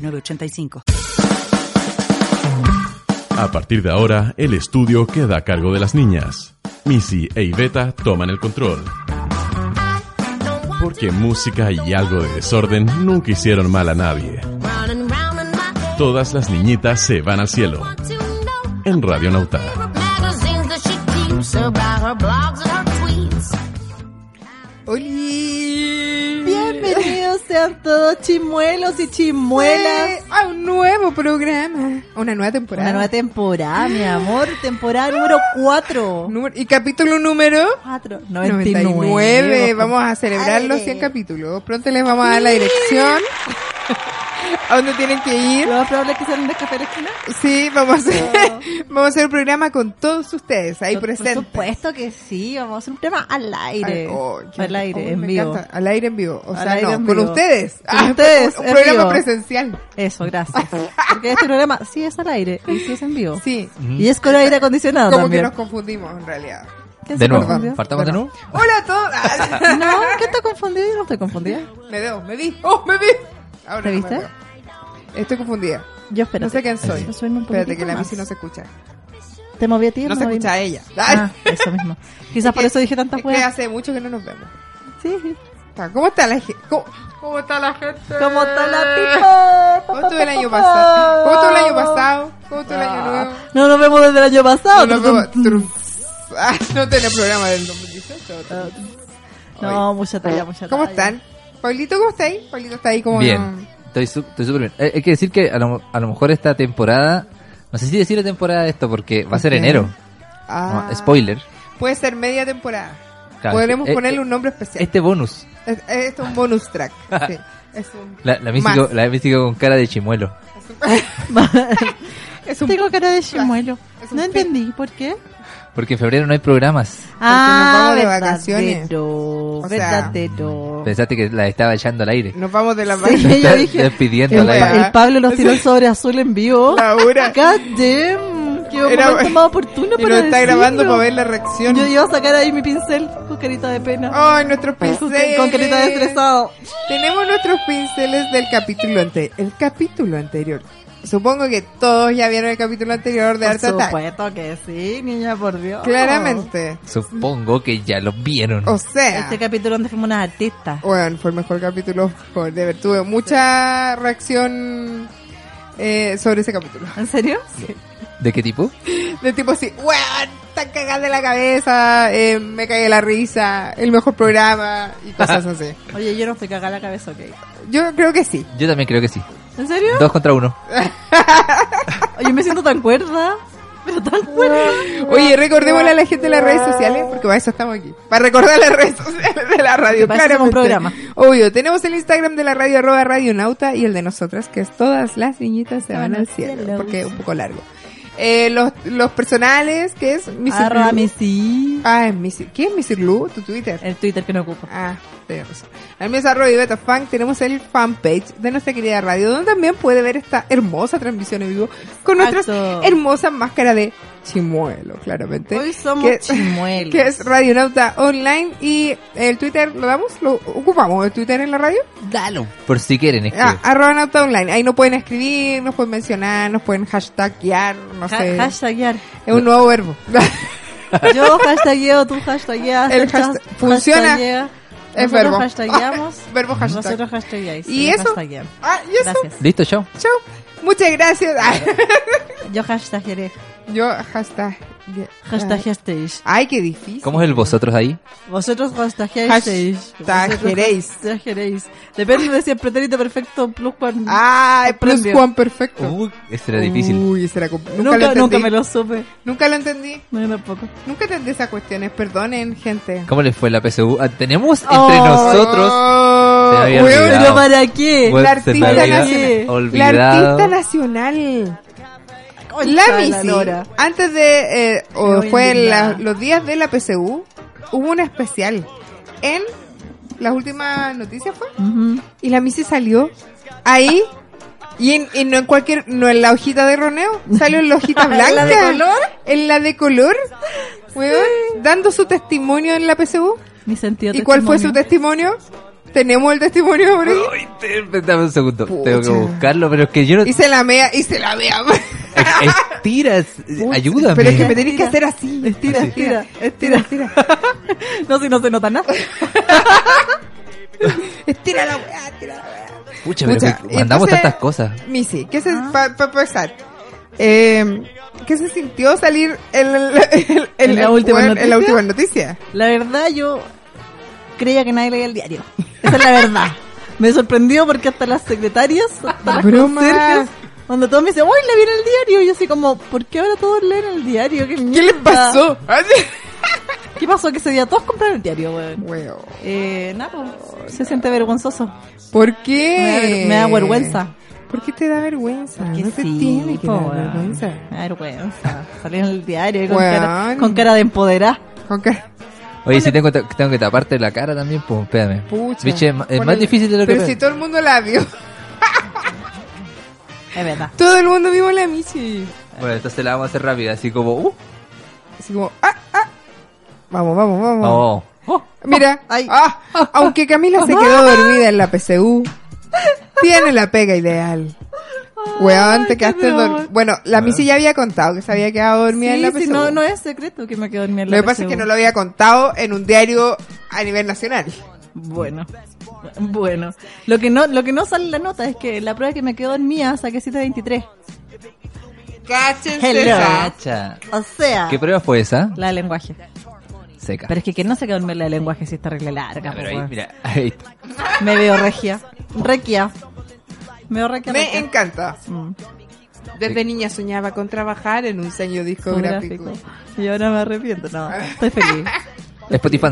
985. A partir de ahora, el estudio queda a cargo de las niñas. Missy e Iveta toman el control. Porque música y algo de desorden nunca hicieron mal a nadie. Todas las niñitas se van al cielo. En Radio Nauta. ¡Oli! Bienvenidos sean todos chimuelos y chimuelas. a un nuevo programa. A Una nueva temporada. Una nueva temporada, mi amor. Temporada número 4. Número- ¿Y capítulo número? 4. 99. 99. Vamos a celebrar los Aire. 100 capítulos. Pronto les vamos a dar la dirección. ¿A dónde tienen que ir? Lo más probable es que sean de café de esquina. Sí, vamos a hacer, vamos a hacer un programa con todos ustedes ahí Por- presentes. Por supuesto que sí. Vamos a hacer un tema al aire. Ay, oh, qué- al aire, oh, en me vivo. encanta. Al aire en vivo. O Al sea, aire no, en con vivo. ustedes. Ah, Con ustedes, Un en programa vivo. presencial. Eso, gracias. Porque este programa sí es al aire y sí es en vivo. Sí. Y es con aire acondicionado Como que también. nos confundimos en realidad. ¿Quién De se nuevo, confundió? partamos de nuevo. Hola a todos. Ah, No, ¿qué está confundida? Yo no estoy confundida. me veo, me vi. Oh, me vi. Ahora ¿Te no me viste? veo. Estoy confundida. Yo espérate. No sé quién soy. Eso suena un Espérate poquitito que la más. bici no se escucha. ¿Te moví a ti? o No se moví a mí? escucha a ella. Ah, pues. Ay, eso mismo. Quizás por que- eso dije tantas es que weas. hace mucho que no nos vemos. Sí. Ta, ¿Cómo está la gente? ¿Cómo, cómo está la gente? ¿Cómo está la pipa? ¿Cómo estuvo el año pasado? ¿Cómo estuvo el año pasado? ¿Cómo estuvo el año nuevo? No nos vemos desde el año pasado. No, Ah. No, no, no, Ah, no tenés programa del Ah, 2018. mucha talla, mucha talla. ¿Cómo están? Pablito, ¿cómo está ahí? Pablito está ahí como... Bien, estoy su- estoy súper bien. Eh, hay que decir que a lo, a lo mejor esta temporada, no sé si decir la temporada de esto porque va a ser Ok. enero. Ah, No, spoiler. Puede ser media temporada. Claro, Podremos eh, ponerle eh, un nombre especial. Este bonus, Es- es- Esto es un bonus track. sí. Es un, la, la Más. místico, la místico con cara de chimuelo. es un- Tengo cara de chimuelo. chimuelo. Es un No pi- entendí por qué. Porque en febrero no hay programas. vamos de verdadero. vacaciones. O sea, Oh. Verdadero. Pensaste que la estaba echando al aire. Nos vamos de la Sí, banda. yo Estás dije, despidiendo El, al aire. wea. el Pablo los tiró el sobre azul en vivo. Laura. God damn. Qué Era- momento más oportuno Y para lo está decirlo. grabando para ver la reacción. Yo iba a sacar ahí mi pincel con carita de pena. Ay, nuestros con, pinceles. con carita de estresado. Tenemos nuestros pinceles del capítulo anterior. El capítulo anterior. Supongo que todos ya vieron el capítulo anterior de Por Art Attack. supuesto que sí, niña, por Dios. Claramente. Supongo que ya lo vieron. O sea, Este capítulo donde fuimos unas artistas. bueno, fue el mejor capítulo. Joder, tuve mucha reacción eh, sobre ese capítulo. ¿En serio? ¿De qué tipo? De tipo así, weón, está cagada de la cabeza, eh, me cagué la risa, el mejor programa y cosas así. Oye, yo no estoy cagada la cabeza, ok. Yo creo que sí. Yo también creo que sí. ¿En serio? Dos contra uno. Yo me siento tan cuerda. Pero tan cuerda. Oye, recordémosle a la gente de las redes sociales, porque para eso estamos aquí. Para recordar las redes sociales de la radio. Para eso Claro, hacemos un programa. Obvio, tenemos el Instagram de la radio, arroba Radio Nauta, y el de nosotras, que es todas las niñitas se van al cielo, porque es un poco largo. Eh, los, los personales, que es Missy Arroba Eh. Blue. mi sí. Ah, es Missy. ¿Quién es Missy Blue? Tu Twitter. El Twitter que no ocupo. Ah, tenés razón. Al mes arroba y beta fan tenemos el fanpage de nuestra querida radio, donde también puede ver esta hermosa transmisión en vivo con nuestras Exacto. hermosas máscaras de chimuelo, claramente. Hoy somos que, chimuelos. Que es Radionauta Online y el Twitter, ¿lo damos? ¿Lo ocupamos el Twitter en la radio? Dalo. Por si quieren, es que- Ah, arroba Nauta Online. Ahí nos pueden escribir, nos pueden mencionar, nos pueden hashtaguear, no Ha- sé. Hashtaguear. es un nuevo verbo. Yo hashtagueo, tú hashtagueas. El tú has- hashtag- funciona. hashtaguea. Es Nosotros verbo. hashtagueamos. verbo hashtag. Nosotros hashtagueáis. ¿Y ellos eso? hashtaguean. ah, y eso. Gracias. Listo, chao. Chao. Muchas gracias. Yo hashtaguearé. Yo hashtag Hashtag hashtag. Ay, qué difícil. ¿Cómo es el vosotros ahí? Vosotros hashtageasteis. Hashtageréis. Vosotros hashtagearéis. Depende de si el pretérito perfecto plus cuan... Ah, Ay, plus Aprendió. Juan perfecto. Uy, este era difícil. Uy, ese era compl- nunca, nunca, lo nunca, entendí. me lo supe. Nunca lo entendí. No, yo tampoco. Nunca entendí esas cuestiones. Perdonen, gente. ¿Cómo les fue la PSU? Ah, Tenemos entre Oh. nosotros. Oh, se me había weón, olvidado. ¿Pero para qué? Bueno, la se me artista había nacional. olvidado. La artista nacional. Concha La de Missy, Pues lora. antes de, eh, o Pero fue en la- indignada. los días de la PCU, hubo una especial en las últimas noticias fue, Ujú. y la Missy salió ahí, y, en- y no en cualquier, no en la hojita de Roneo, salió en la hojita ¿En la blanca. de color? En la de color, weón, dando su testimonio en la PCU. Mi sentido ¿Y cuál fue su testimonio. testimonio? Tenemos el testimonio por ahí. Ay, te- Dame un segundo. Pucha. Tengo que buscarlo, pero es que yo no. Y se la mea, y se la mea. Estiras. Ayúdame. Pero es que me tenés que hacer así. Estira, estira, estira, estira. no, si no se nota nada. Estira la weá, tira la weá. Pucha, pero Pucha, que mandamos entonces- tantas cosas. Missy, ¿qué se, Ah. pa, pa- pa- empezar, eh, ¿qué se sintió salir en, la- en- ¿En la última weón, en la noticia? última noticia? La verdad, yo creía que nadie leía el diario. Esa es la verdad. Me sorprendió porque hasta las secretarias, hasta las Broma. conserjes, cuando todos me dicen, uy, la vi en el diario. Y yo así como, ¿por qué ahora todos leen el diario? ¿Qué, ¿Qué les mierda? pasó? ¿Qué pasó? Que ese día todos compraron el diario, weón. Weón, Eh, nada, pues, se siente vergonzoso. ¿Por Me da, qué? ver- me da vergüenza. ¿Por qué te da vergüenza? Que no te sí, tiene que po, dar weón. vergüenza. Me da vergüenza. Salir en el diario con, cara, Weón. con cara de empoderada. ¿Con qué? Oye, si tengo, tengo que taparte la cara también, pues, espérame. Pucha. Biche, es ma- es más Ponele- difícil de lo que Pero si pe- todo el mundo la vio. Es verdad. Todo el mundo vio la Missy. Bueno, entonces la vamos a hacer rápida, así como, uh, Así como, ah, ah. Vamos, vamos, vamos. no. Mira, Ay. ah, aunque Camila se quedó dormida en la PCU, tiene la pega ideal. Weón, te qué quedaste dormida. drama. Bueno, la Missy ya había contado que se había quedado dormida en Sí, la sí, PCU. no, no es secreto que me quedo dormida en lo la que pasa es que PSU. no lo había contado en un diario a nivel nacional. Bueno, bueno. Lo que no, lo que no sale en la nota es que la prueba que me quedó en mía saqué 723. Cáchense Hello. esa. Cacha. O sea, ¿Qué prueba fue esa? la de lenguaje. Seca. Pero es que que no se quedó en la de lenguaje si esta regla larga. Ah, pero po, ahí, weón. mira, ahí está. Me veo regia. Requia. Me veo requia. Me requia. encanta. Mm, Desde niña soñaba con trabajar en un sello discográfico. gráfico. Y ahora me arrepiento. No, estoy feliz. Spotify.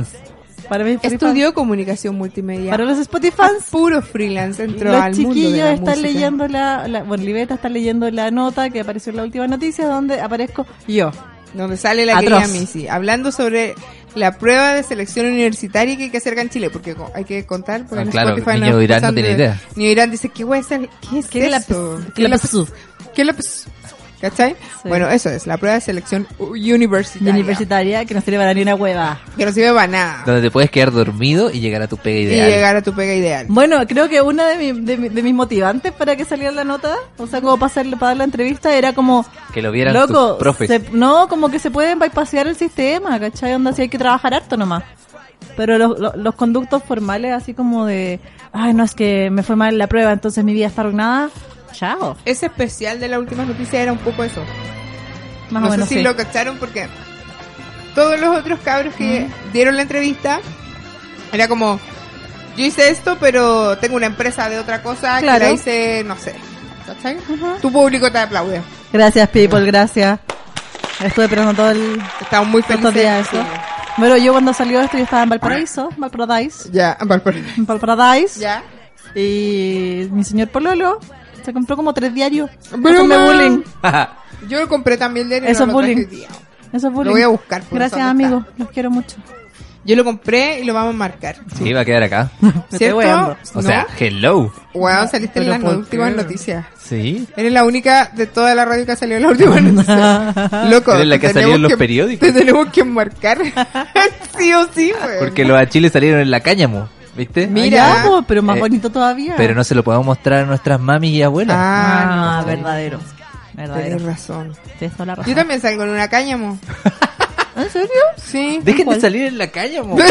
Para mí, Spotify- Estudió comunicación multimedia. Para los Spotify puro freelance entró Los al mundo de chiquillos la están música. leyendo la, la- Bueno, Liveta está leyendo la nota que apareció en la última noticia donde aparezco yo. Donde sale la Atroz. querida Missy, hablando sobre la prueba de selección universitaria que hay que hacer acá en Chile, porque co- hay que contar, porque Ah, en claro, Spotify niño nos de Irán no escuchan tiene de- idea. Niño de Irán dice, ¿qué voy a hacer? ¿Qué es ¿Qué es la eso? pes- qué es la pes- ¿Qué es la pes- ¿Cachai? Sí. Bueno, eso es, la prueba de selección u- universitaria. universitaria que no sirve para ni una hueva. Que no sirve para nada. Donde te puedes quedar dormido y llegar a tu pega ideal. Y llegar a tu pega ideal. Bueno, creo que una de, mi- de mi- de mis motivantes para que saliera la nota, o sea, como para, hacer- para dar la entrevista, era como, Que lo vieran loco, tus profes. se- no, como que se pueden bypassear el sistema, ¿cachai? Onda, si hay que trabajar harto nomás. Pero los, los, los conductos formales, así como de, ay, no, es que me fue mal la prueba, entonces mi vida está arruinada, chao. Ese especial de las últimas noticias era un poco eso. Más no o menos. sé si sí. lo cacharon porque todos los otros cabros que dieron la entrevista era como yo hice esto pero tengo una empresa de otra cosa Claro. que la hice no sé ¿Cachai? Ujú. tu público te aplaude Gracias, people, gracias. Estuve esperando todo el, estamos muy estos felices días eso. Pero yo cuando salió esto, yo estaba en Valparaíso, Valparaíso. ya Valparaíso. En Valparaíso. ya Y mi señor Pololo se compró como tres diarios. Broma. Eso es bullying. yo lo compré también de este Eso es bullying. yo Eso es bullying. Lo voy a buscar, por Gracias, eso no está. amigo. Los quiero mucho. lo compré y lo vamos a marcar Sí, va a quedar acá. estoy ¿cierto? weando. O sea, hello. no, weón, saliste en Pero las ¿por últimas qué? noticias Sí. Eres la única de toda la radio que ha salido en la última noticia. Loco. Eres la que ha tenemos salido en los que- periódicos. Te tenemos que marcar. sí o sí, pues. güey. Porque los achiles salieron en la cáñamo, ¿viste? Mira. Ay, ya, po, Oh, pero más Eh, bonito todavía. Pero no se lo podemos mostrar a nuestras mamis y abuelas. Ah, Ah, verdadero. no. Tienes Verdadero. razón. Tienes toda la razón. Yo también salgo en una cáñamo. ¿En serio? Sí. Dejen ¿Cuál? de salir en la calle, mo. weón.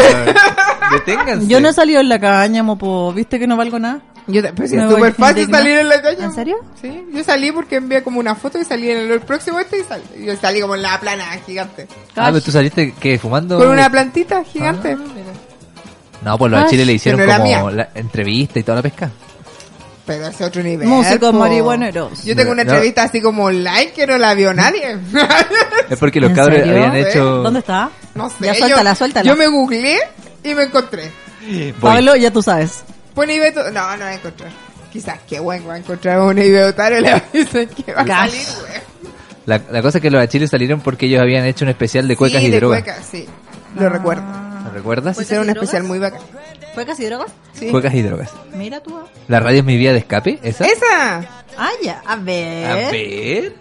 Deténganse. Yo no he salido en la caña, mopo. ¿Viste que no valgo nada? Yo, te- pues sí, Me es voy súper fácil indignada. salir en la calle. ¿En serio? Sí, yo salí porque envié como una foto y salí en el, el próximo este y salí, yo salí como en la plana gigante. Ah, pero tú saliste, ¿qué? ¿Fumando? Con una plantita Ah, gigante. No, pues los de Ay, Chile le hicieron que no era como mía. la entrevista y toda la pesca. Pero es otro nivel. Músicos po. marihuaneros. Yo tengo una No. entrevista así como online que no la vio nadie. Es porque los ¿En cabros serio? habían ¿Eh? hecho... ¿Dónde está? no sé. Ya yo- suéltala, suéltala. Yo me googleé y me encontré. Voy. Pablo, ya tú sabes. Pone Ibeto. No, no va a encontrar. Quizás que bueno va a encontrar un Ibetotaro y le dicen que va a Gas. salir, güey. La, la cosa es que los de Chile salieron porque ellos habían hecho un especial de cuecas sí, y de drogas. cuecas, sí. Lo recuerdo. ¿Lo recuerdas? Pues- Hicieron un ¿Cuecas Ah, y especial drogas? muy bacán. ¿Fue casi drogas? Sí. Cuecas y drogas. Mira tú. ¿La radio es mi vía de escape? ¿Esa? Esa. Ah, ya. A A ver. ver.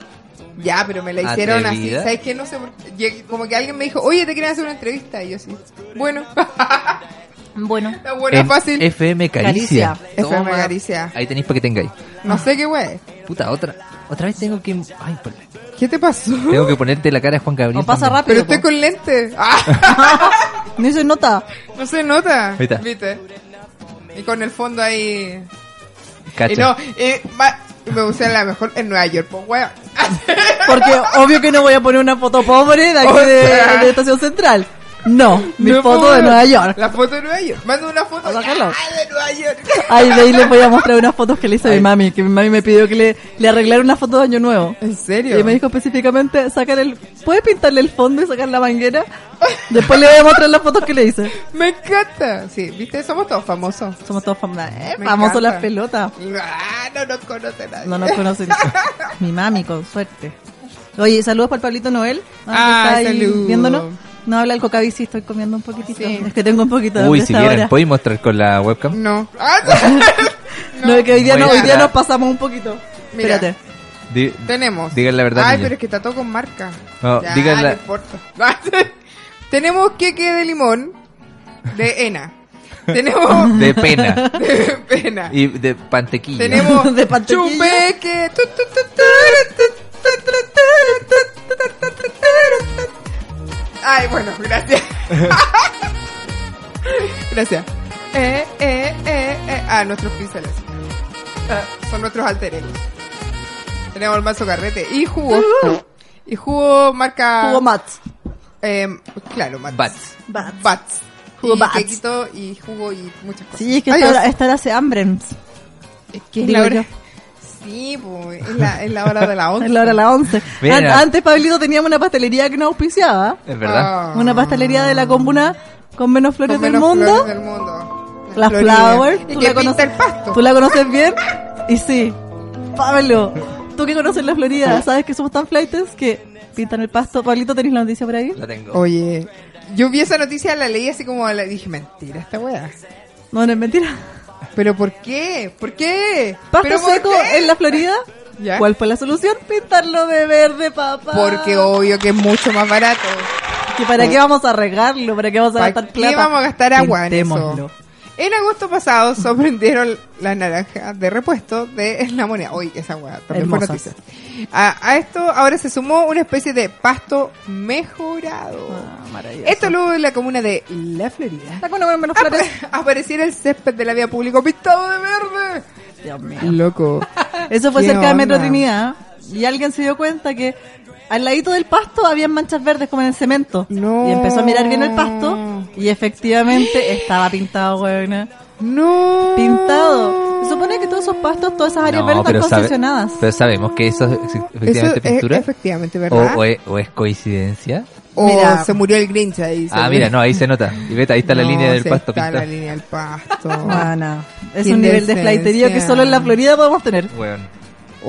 Ya, pero me la hicieron Atrevida. así. ¿Sabes qué? No sé por qué. Llegué- Como que alguien me dijo, oye, te quieren hacer una entrevista. Y yo sí. Bueno. Bueno. Está bueno, En fácil. FM Caricia. Caricia. FM Toma. Caricia. Ahí tenéis para que tengáis. No sé qué, güey. Puta, otra. Otra vez tengo que. Ay, por la- ¿Qué te pasó? Tengo que ponerte la cara de Juan Gabriel. O pasa también. Pero rápido. estoy po. con lentes. Ah, Ni se nota. no se nota. Ahí está. ¿Viste? Y con el fondo ahí. Cacha. Y no, eh, va- me puse a la mejor en Nueva York, pues weón. Porque obvio que no voy a poner una foto pobre de aquí O de, sea. de Estación Central. No, mi No foto puedo. de Nueva York. La foto de Nueva York. Mando una foto A ya, sacarlo. de Nueva York. Ay, de ahí les voy a mostrar unas fotos que le hice a mi Ay. mami, que mi mami me pidió que le, le arreglara una foto de Año Nuevo. ¿En serio? Y me dijo específicamente, sacar el, ¿puedes pintarle el fondo y sacar la manguera? Después le voy a mostrar las fotos que le hice. Me encanta. Sí, viste, somos todos famosos. Somos todos famosos. Eh, Me famosos encanta. las pelotas. Ah, no nos conoce nadie. No nos conocen. Mi mami, con suerte. Oye, saludos para el Pablito Noel. Ah, que está ahí saludos. Viéndonos. No habla el cocaví, sí, estoy comiendo un poquitito. Sí. Es que tengo un poquito de Uy, hambre si a esta vieran, hora. ¿podéis mostrar con la webcam? No. Ah, pues. No, es que hoy día, no, hoy día Muestra. nos pasamos un poquito. Mira. Espérate. Di- Tenemos. Digan la verdad, Ay, niña. pero es que está todo con marca. No, ya, digan la- no importa. Tenemos queque de limón de ena. Tenemos De pena. de pena. y de pantequilla. Tenemos De pantalla. chupeque. Tu, tu, tu, tu, tu, tu, tu, tu, tu, tu, tu, tu. Ay, bueno, gracias. gracias. Eh, eh, eh, eh. Ah, nuestros pinceles. Ah, son nuestros altereros. Tenemos el mazo carrete y jugo. Y jugo marca. Jugo Mats. Eh, claro, Mats. Bats. Bats. Bats. Jugo y Bats. quequito y jugo y muchas cosas. Sí, es que Adiós. esta hora, esta hora hace hambre. Es que es Digo la hora. yo. Sí, pues, es la, es la hora de la once. Es la hora de las 11. Mira. An- antes, Pablito, teníamos una pastelería que no auspiciaba. Es verdad. Ah, Una pastelería de la comuna con menos con flores del menos mundo. flores del mundo. Las Florida. Flowers. Y que pinta el pasto. ¿Tú la conoces bien? Y sí. Pablo, tú que conoces la Florida, sabes que somos tan flightes que pintan el pasto. Pablito, ¿tenés la noticia por ahí? La tengo. Oye, yo vi esa noticia, la leí así como, la dije, mentira esta weá. No, no es mentira. ¿Pero por qué? ¿Por qué? Pasto ¿Pero por seco qué? en la Florida. Ya. ¿Cuál fue la solución? Pintarlo de verde, papá. Porque obvio que es mucho más barato. ¿Que ¿Para qué vamos a regarlo? ¿Para qué vamos a ¿Para gastar qué plata? vamos a gastar agua en eso? Pintémoslo. En agosto pasado sorprendieron las naranjas de repuesto de la moneda. Uy, esa weá también fue Hermosas. noticia. A, a esto ahora se sumó una especie de pasto mejorado. Ah, maravilloso. Ah, Esto luego en la comuna de La Florida. Está con una menos Apa- flores. apareciera el césped de la vía pública pintado de verde. Dios mío. Loco. Eso fue ¿Qué cerca de Metro onda? Trinidad. Y alguien se dio cuenta que al ladito del pasto había manchas verdes como en el cemento. No. Y empezó a mirar bien el pasto. Y efectivamente estaba pintado, weón. No. Pintado. Se supone que todos esos pastos, todas esas áreas verdes pero, están sabe- Ah, concesionadas. pero sabemos que eso es ex- Eso efectivamente es pintura. efectivamente, o, ¿verdad? o es, o es coincidencia. O Mira. se murió el Grinch ahí. Ah, se- mira, no, ahí se nota. Y vete, ahí está la No, línea del se pasto Está pintada. la línea del pasto. Ah, no. Es Qué un nivel de indecencia. flaiterío que solo en la Florida podemos tener. Weón.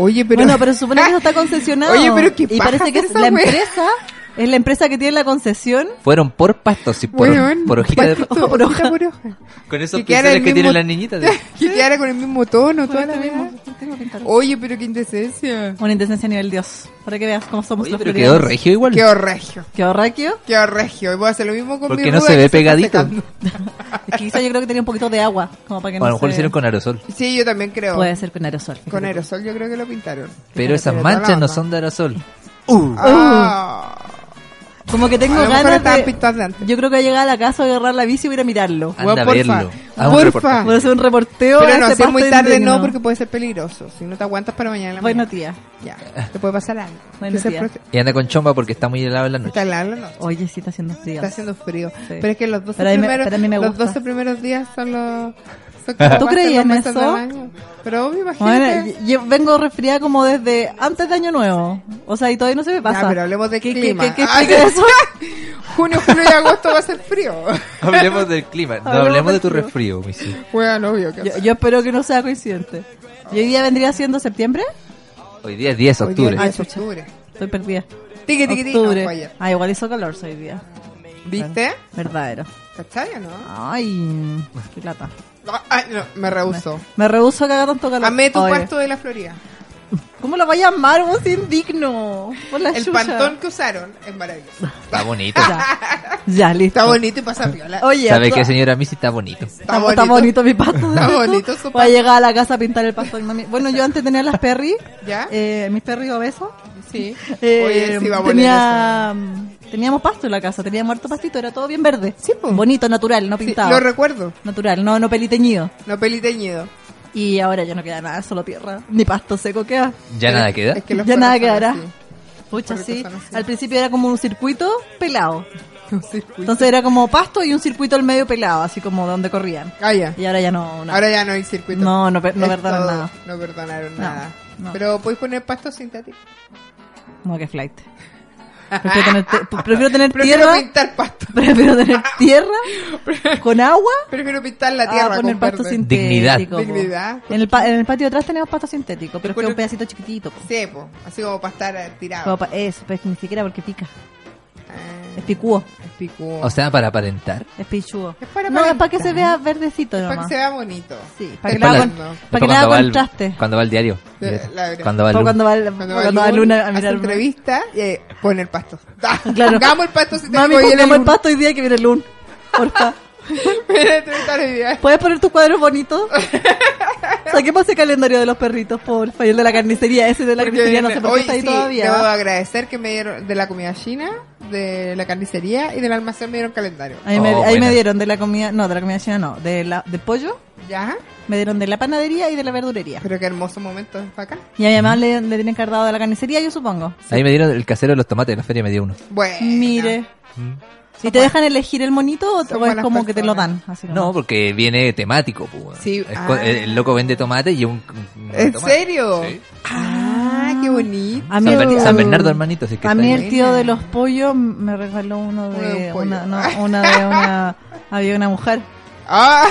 Oye, pero. bueno, pero se supone que eso está concesionado. Oye, pero qué Y paja parece que hacer es esa la wea. empresa es la empresa que tiene la concesión. Fueron por pastos y por, Weón, por hojita de pasto, por hoja. hojita por hoja. Con esos Que quedara pinceles el que tienen mismo- las niñitas. Que quedara con el mismo tono, toda la este vida. Una Oye, pero qué indecencia. indecencia a nivel Dios. Para que veas cómo somos Oye, los pero quedó floridianos. regio igual. Qué horregio. Qué horraquio. Qué horregio. Y voy a hacer lo mismo con ¿Por mi qué no ruda se que ve está pegadito? secando. Es que quizá yo creo que tenía un poquito de agua. Como para que O a no lo mejor lo se- hicieron con aerosol. Sí, yo también creo. Puede ser con aerosol. Con aerosol yo creo que lo pintaron. Pero esas pero toda la manchas no onda. son de aerosol. Ah. Como que Uh. tengo A lo mejor ganas estaban de... pintadas de antes. Yo creo que voy a llegar a la casa, voy a agarrar la bici y voy a ir a mirarlo. Anda Weón, a porfa. verlo. Haz un Porfa. reportaje. Voy a hacer un reporteo. Ah. Pero a no, este si es muy pasto tarde indígena. no, porque puede ser peligroso. Si no te aguantas para mañana. en la Bueno, mañana. tía. Ya, te puede pasar algo. Bueno, Que se tía. prote- Y anda con chomba porque está muy helado en la noche. Está helado en la noche, Oye, sí está haciendo frío. Está haciendo frío. Sí. Pero es que los 12, Pero a mí me- primeros, pero a mí me los gusta. 12 primeros días son los... son como ¿Tú pasan creí los en meses eso? del año. Pero obvio, Bueno, imagínate. yo- yo vengo resfriada como desde antes de Año Nuevo. O sea, y todavía no se me pasa. Ya, pero hablemos de ¿Qué- qué- clima. qué- qué Ay, explica eso? Junio, julio y agosto va a ser frío. Hablemos del clima. No, Hablemos hablemos de del tu clima. resfrío, Missy. Bueno, obvio que Yo, yo espero que no sea coincidente. ¿Y hoy día vendría siendo septiembre? Hoy día es 10 de Hoy día Ah, octubre. es octubre. Estoy perdida. Tiqui, tiqui, tiqui. No, Octubre. fue ayer. ah, igual hizo calor hoy día. ¿Viste? Verdadero. ¿Cachai o no? Ay, qué lata. No, ay, no, me rehuso. Me rehuso a que haga tanto calor. Amé tu Oye, pasto de la Florida. ¿Cómo lo va a llamar? Vos indigno. Por la El chucha. pantón que usaron es maravilloso. Está bonito. Ah, Ya, ya listo. Está bonito y pasa piola. Oye, ¿Sabe tú- qué, señora Missy? Está bonito. Está, está bonito mi pasto. Está bonito su Voy a pasto. llegar a la casa a pintar el pasto de mami. Bueno, yo antes tenía las perry. ¿Ya? Eh, mis perry obesos. Sí. Eh, Oye, sí va a poner tenía, Teníamos pasto en la casa, teníamos harto pastito, era todo bien verde. po. Bonito, natural, no eso. Sí, pintado. lo recuerdo. natural, no, no peliteñido. No peli teñido. Y ahora ya no queda nada, solo tierra. Ni pasto seco queda. ¿Ya nada queda? Es que los Ya perros nada son quedará. así. Pucha, Correcto, sí. son así. Al principio era como un circuito pelado. Un circuito. Entonces era como pasto y un circuito al medio pelado, así como donde corrían. Ah, ya. Y ahora ya no. nada. Ahora ya no hay circuito. No, no pe- no Es perdonan todo. nada. No perdonaron No, nada. no. Pero podéis poner pasto sintético. No, que flight. Prefiero tener, te- prefiero tener Prefiero tierra. pintar pasto. Prefiero tener tierra con agua. Prefiero pintar la a tierra Ah, poner con pasto verde. sintético. Dignidad. po. Dignidad. En el, pa- en el patio de atrás tenemos pasto sintético, pero es que es un Recuerdo- pedacito chiquitito. po. Sí, po. Así como para estar eh, Como tirado. pa- eso, pero es que ni siquiera porque pica. Ah, Es picuo, es picudo. O sea, para aparentar. es pichudo. Es para no, es para que aparentar. se vea verdecito para que nomás. se vea bonito. Sí, Es para que le para haga la- con- no. para que le Después haga cuando va al- contraste. cuando va al diario. La- la- Cuando va al Para cuando va, el- Cuando, cuando va va Luna a hacer mirar. entrevista, eh, pone el pasto. Claro. Hagamos el pasto si Mami, tengo ahí en pongamos el Luna. pasto hoy día que viene el Lun. Porfa. Mira, entrevistar hoy día. ¿Puedes poner tus cuadros bonitos? Saquemos ese calendario de los perritos, porfa. Y el de la carnicería, ese de la carnicería no sé por qué Hoy está ahí sí, todavía. Debo agradecer que me dieron de la comida china, de la carnicería y del almacén me dieron calendario. Ahí, me, Oh, ahí me buena. dieron de la comida, no, de la comida china no, de la, del pollo, ¿Ya? me dieron de la panadería y de la verdurería. Pero qué hermoso momento es para acá. Y a mi mamá le, le tienen cargado de la carnicería, yo supongo. Ahí me dieron el casero de los tomates de la feria, me dio uno. Bueno. Mire. ¿Y te dejan elegir el monito o, son o es buenas como que te lo dan? personas. Así No, nomás? porque viene temático. pú. Sí, Es co- ah. el, el loco vende tomate y un... un- un ¿En tomate. serio? Sí. Ah, qué bonito. A mí, San, Berni- el- San Bernardo, hermanito. Así que a está mí ahí. el tío de los pollos me regaló uno Uno de de un pollo. una, no, una de una había una mujer Ah,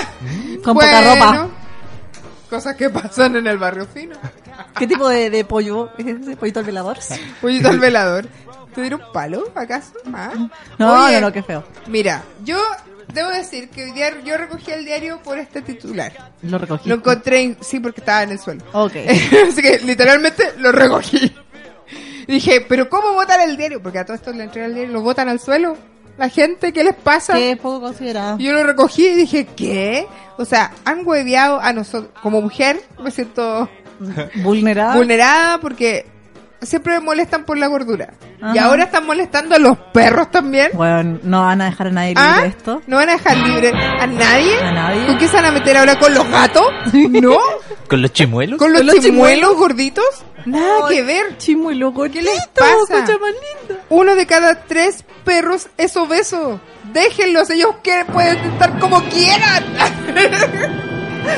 con bueno, poca ropa. Cosas que pasan en el barrio fino. ¿Qué tipo de, de pollo? ¿Es ese pollito al velador? Pollito al velador. ¿Te dieron palo, acaso? Ah. No, Oye, no, no, qué feo. Mira, yo debo decir que hoy día yo recogí el diario por este titular. Lo recogí. Lo encontré, en- sí, porque estaba en el suelo. Ok. Así que literalmente lo recogí. Dije, pero ¿cómo botan el diario? Porque a todo esto le entregan el diario, lo botan al suelo. La gente, ¿qué les pasa? Qué poco considerado. Yo lo recogí y dije, ¿qué? O sea, han hueveado a nosotros. Como mujer me siento Vulnerable. vulnerada porque siempre me molestan por la gordura. Y Ajá. ahora están molestando a los perros también. Bueno, no van a dejar a nadie libre ¿Ah? esto. ¿No van a dejar libre a nadie? A nadie. ¿Con qué se van a meter ahora? ¿Con los gatos? ¿No? ¿Con los chimuelos? ¿Con los, ¿Con los chimuelos, chimuelos? gorditos? Nada Ay. que ver. Chimo y loco. ¿Qué les pasa? Uno de cada tres perros es obeso. Déjenlos, ellos que pueden estar como quieran.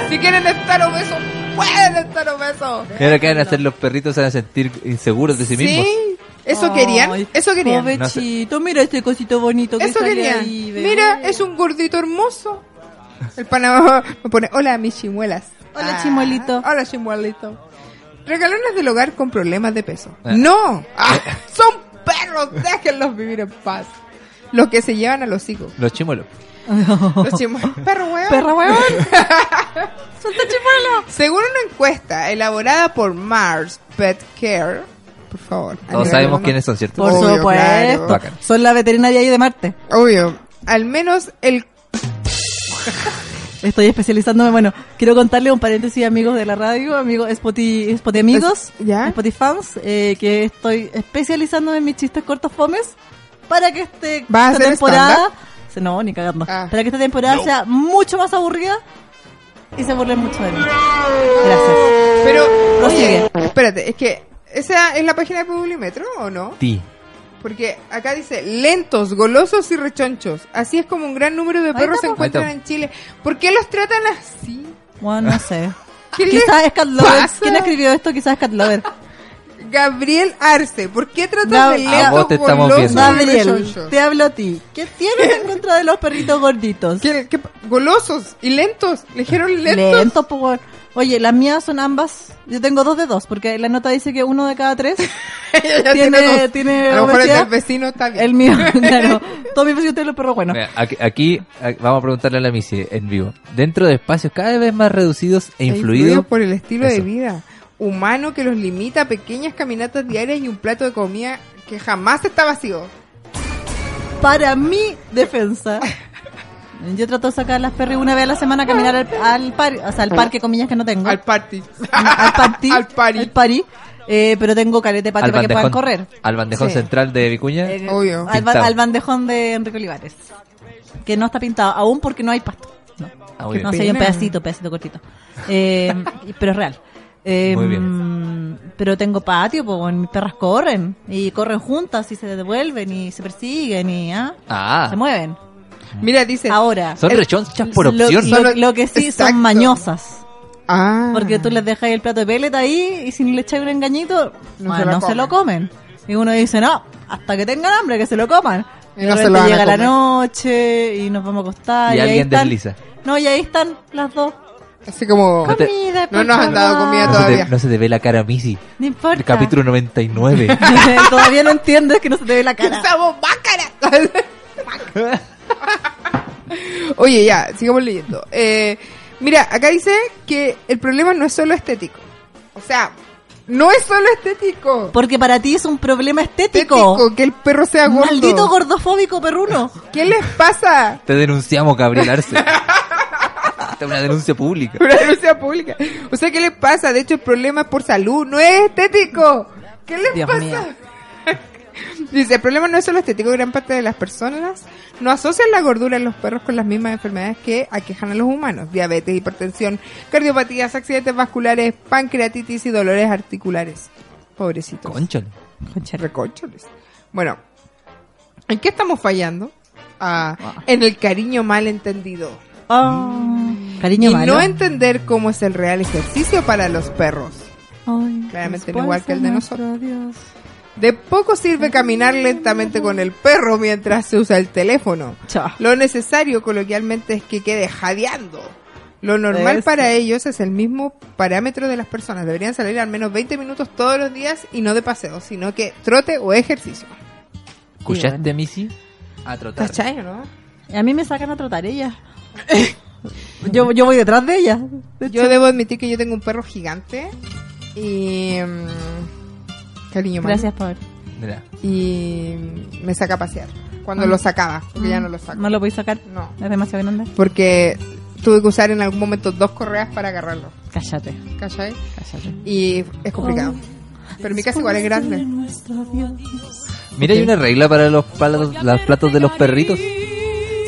si quieren estar obesos, pueden estar obesos. Y ahora que van a hacer los perritos, se van a sentir inseguros de sí, mismos. Sí, eso querían, eso querían. No sé. Pobrecito, mira este cosito bonito que Eso sale querían. ahí, bebé. Mira, es un gordito hermoso. El panamá me pone, hola mis chimuelas. Ah, Hola, chimuelito. Hola chimuelito. Regalones del hogar con problemas de peso. Ah. No, Ah, son perros, déjenlos vivir en paz. Los que se llevan a los hijos. Los chimuelos. Los chimuelos. Perro hueón. Perra huevón. Suelta chimuelo. Según una encuesta elaborada por Mars Pet Care, por favor. a Todos nivel sabemos global. quiénes son, ¿cierto? Oh, Por Obvio, supuesto. claro. Bacán. Son la veterinaria ahí de Marte. Obvio. Al menos el Estoy especializándome. Bueno, quiero contarle un paréntesis, amigos de la radio, amigos Spotty, Spotty amigos, Es- ¿ya? Spotty fans, eh, que estoy especializándome en mis chistes cortos fomes. para que este, ¿Va a esta ser temporada. se- No, ni cagando. Ah. Para que esta temporada sea mucho más aburrida y se burlen mucho de mí. Gracias. Pero, Prosigue. oye, espérate, es que esa es la página de Publimetro o no? Ti. Porque acá dice lentos, golosos y rechonchos. Así es como un gran número de Ahí perros se estamos. encuentran Ahí en Chile. ¿Por qué los tratan así? Bueno, no sé. ¿Qué les Quizás es Cat Lover. pasa? ¿Quién escribió esto? Quizás es Cat Lover. Gabriel Arce, ¿por qué tratan Gab- de A vos te lentos, estamos golosos viendo. y Gabriel, rechonchos? te hablo a ti. ¿Qué tienes en contra de los perritos gorditos? ¿Qué- qué pa- golosos y lentos. Le dijeron lentos. Lento, po, weón. Oye, las mías son ambas. Yo tengo dos de dos, porque la nota dice que uno de cada tres. Ella Tiene- dos. tiene A lo mejor el obesidad. del vecino está bien. El mío, claro. pues Todos mis vecinos tienen los perros buenos. Mira, aquí, aquí, a- vamos a preguntarle a la Missy en vivo. Dentro de espacios cada vez más reducidos e E influidos por el estilo de Eso. vida humano que los limita a pequeñas caminatas diarias y un plato de comida que jamás está vacío. Para mi defensa. Yo trato de sacar a las perris una vez a la semana a caminar al, al parque, o sea, al parque, comillas que no tengo. Al party. al party. Al party. party. Eh, pero tengo calete de patio al para que bandejón, puedan correr. al bandejón Sí. central de Vicuña. Eh, Obvio. Al, ba- Pintado. al bandejón de Enrique Olivares. Que no está pintado aún porque no hay pasto. No, Ah, muy no bien. sé, hay un Pena. pedacito, pedacito cortito. Eh, y- pero es real. Eh, Muy bien. mm, Pero tengo patio, pues bueno, mis perras corren. Y corren juntas y se devuelven y se persiguen y ah, se Ah, mueven. Mira, dice. Ahora, son El- rechonchas por lo, opción. lo- Solo- lo que sí Exacto. son mañosas. Ah. Porque tú les dejas el plato de pellet ahí y si le echáis un engañito, No bueno, se lo no se lo comen. Y uno dice, no, hasta que tengan hambre, que se lo coman. Y Y no de se lo repente van a llega la comer. noche y nos vamos a acostar. Y Y, ahí alguien están- desliza. No, y ahí están las dos. Así como. No te- Comida, no por nos han dado favor. comida No se, todavía. te, no se te ve la cara, Missy. No importa. El capítulo 99. todavía no entiendes que no se te ve la cara. ¡Somos bácaras! Oye, ya, sigamos leyendo. Eh, mira, acá dice que el problema no es solo estético. O sea, no es solo estético. Porque para ti es un problema estético. Estético, que el perro sea gordo. Maldito gordofóbico perruno. ¿Qué les pasa? Te denunciamos, Gabriel Arce. Esta es una denuncia pública. Una denuncia pública. O sea, ¿qué les pasa? De hecho, el problema es por salud, no es estético. ¿Qué les Dios pasa? mío. Dice, el problema no es solo estético, gran parte de las personas no asocian la gordura en los perros con las mismas enfermedades que aquejan a los humanos. Diabetes, hipertensión, cardiopatías, accidentes vasculares, pancreatitis y dolores articulares. Pobrecitos. Conchol. Reconcholes. Bueno, ¿en qué estamos fallando? Ah, En el cariño mal entendido. Oh, cariño y malo. no entender cómo es el real ejercicio para los perros. Ay, Claramente no responsa igual que el de nuestro nosotros. Dios. De poco sirve caminar lentamente con el perro mientras se usa el teléfono. Chao. Lo necesario coloquialmente es que quede jadeando. Lo normal Eso. para ellos es el mismo parámetro de las personas. Deberían salir al menos 20 minutos todos los días y no de paseo, sino que trote o ejercicio. ¿Escuchaste, Missy? A trotar. ¿Cachai o no? Y A mí me sacan a trotar ellas. yo, yo voy detrás de ellas. De hecho. Yo debo admitir que yo tengo un perro gigante y... mm, cariño, mami. Gracias, Pablo. Mira, Y mm, me saca a pasear. Cuando lo sacaba, porque ya no lo saco. No lo voy a sacar. No. Es demasiado grande. Porque tuve que usar en algún momento dos correas para agarrarlo. Cállate, ¿Cachai? cállate. Y es complicado. Pero mi casa igual es grande. Mira, hay una regla para los platos, los platos de los perritos.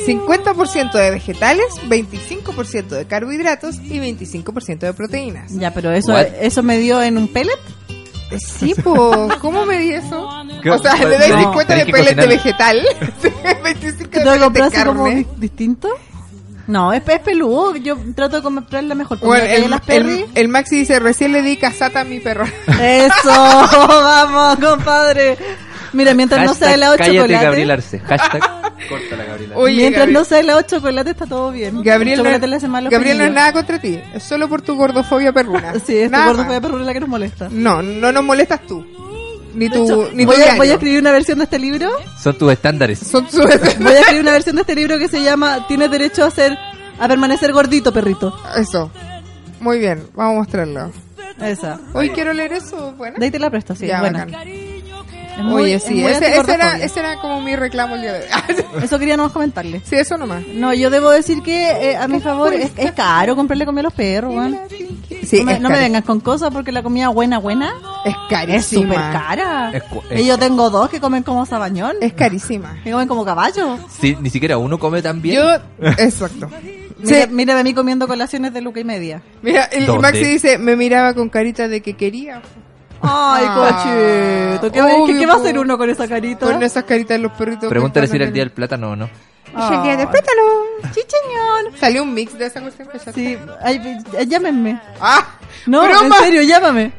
50% de vegetales, 25% de carbohidratos y 25% de proteínas. Ya, pero eso, What? eso me dio en un pellet. Eh, Sí, po, ¿cómo me di eso? ¿Qué? O sea, le No. dais 50 de Tenés que pellet de cocinar. vegetal, 25 Que de tengo que pellet comprar de así como este carne. di- distinto. No, es, es peludo. Yo trato de comprar la mejor. Bueno, comida que hay en el, las perris. el- el Maxi dice, recién le di casata a mi perro. Eso, vamos, compadre. Mira, mientras no Hashtag sea helado de cállate, chocolate. Gabriel Arce. Hashtag córtala, Gabriel Arce. Oye, mientras Gabriel. no sea helado de chocolate está todo bien. Gabriel, El no, chocolate le hace mal a los Gabriel no es perrillos. nada contra ti, es solo por tu gordofobia perruna. Sí, este Nada gordo más. fue perro la que nos molesta. No, no nos molestas tú. Ni De hecho, tu, ni tu voy, a, diario. voy a escribir una versión de este libro. Son tus estándares. Son sus... Voy a escribir una versión de este libro que se llama Tienes derecho a ser a permanecer gordito, perrito. Eso. Muy bien, vamos a mostrarlo. Esa. Hoy quiero leer eso, bueno. De ahí te la presto, sí. Ya, buena. bacán. Es muy- Oye, es sí, muy ese, ese era, antigordofobia. ese era como mi reclamo el día de hoy. Eso quería nomás comentarles. sí, eso nomás. No, yo debo decir que eh, a mi favor es, es caro comprarle comida a los perros, weón. Sí, no me, es no me cara. vengas con cosas porque la comida buena, buena Es es carísima. súper cara. Es cu- es- Y yo tengo dos que comen como sabañón, Es carísima. que comen como caballo. Sí, ni siquiera uno come tan bien. Yo, exacto. Mire- Sí, Mírame a mí comiendo colaciones de luca y media. mira, el ¿Dónde? Maxi dice, me miraba con carita de que quería. Ay, Ah, cochito. ¿Qué, va- obvio, qué- qué va a po. hacer uno con esa carita? Con esas caritas de los perritos. Pregúntale si que era el están día en- del plátano o no. Es el día del Ah. plátano. Chicheñón. Salió un mix de esa cuestión. que ya- Sí, ay, ay, llámenme. ¡Ah! No, ¡Broma! en serio, llámame.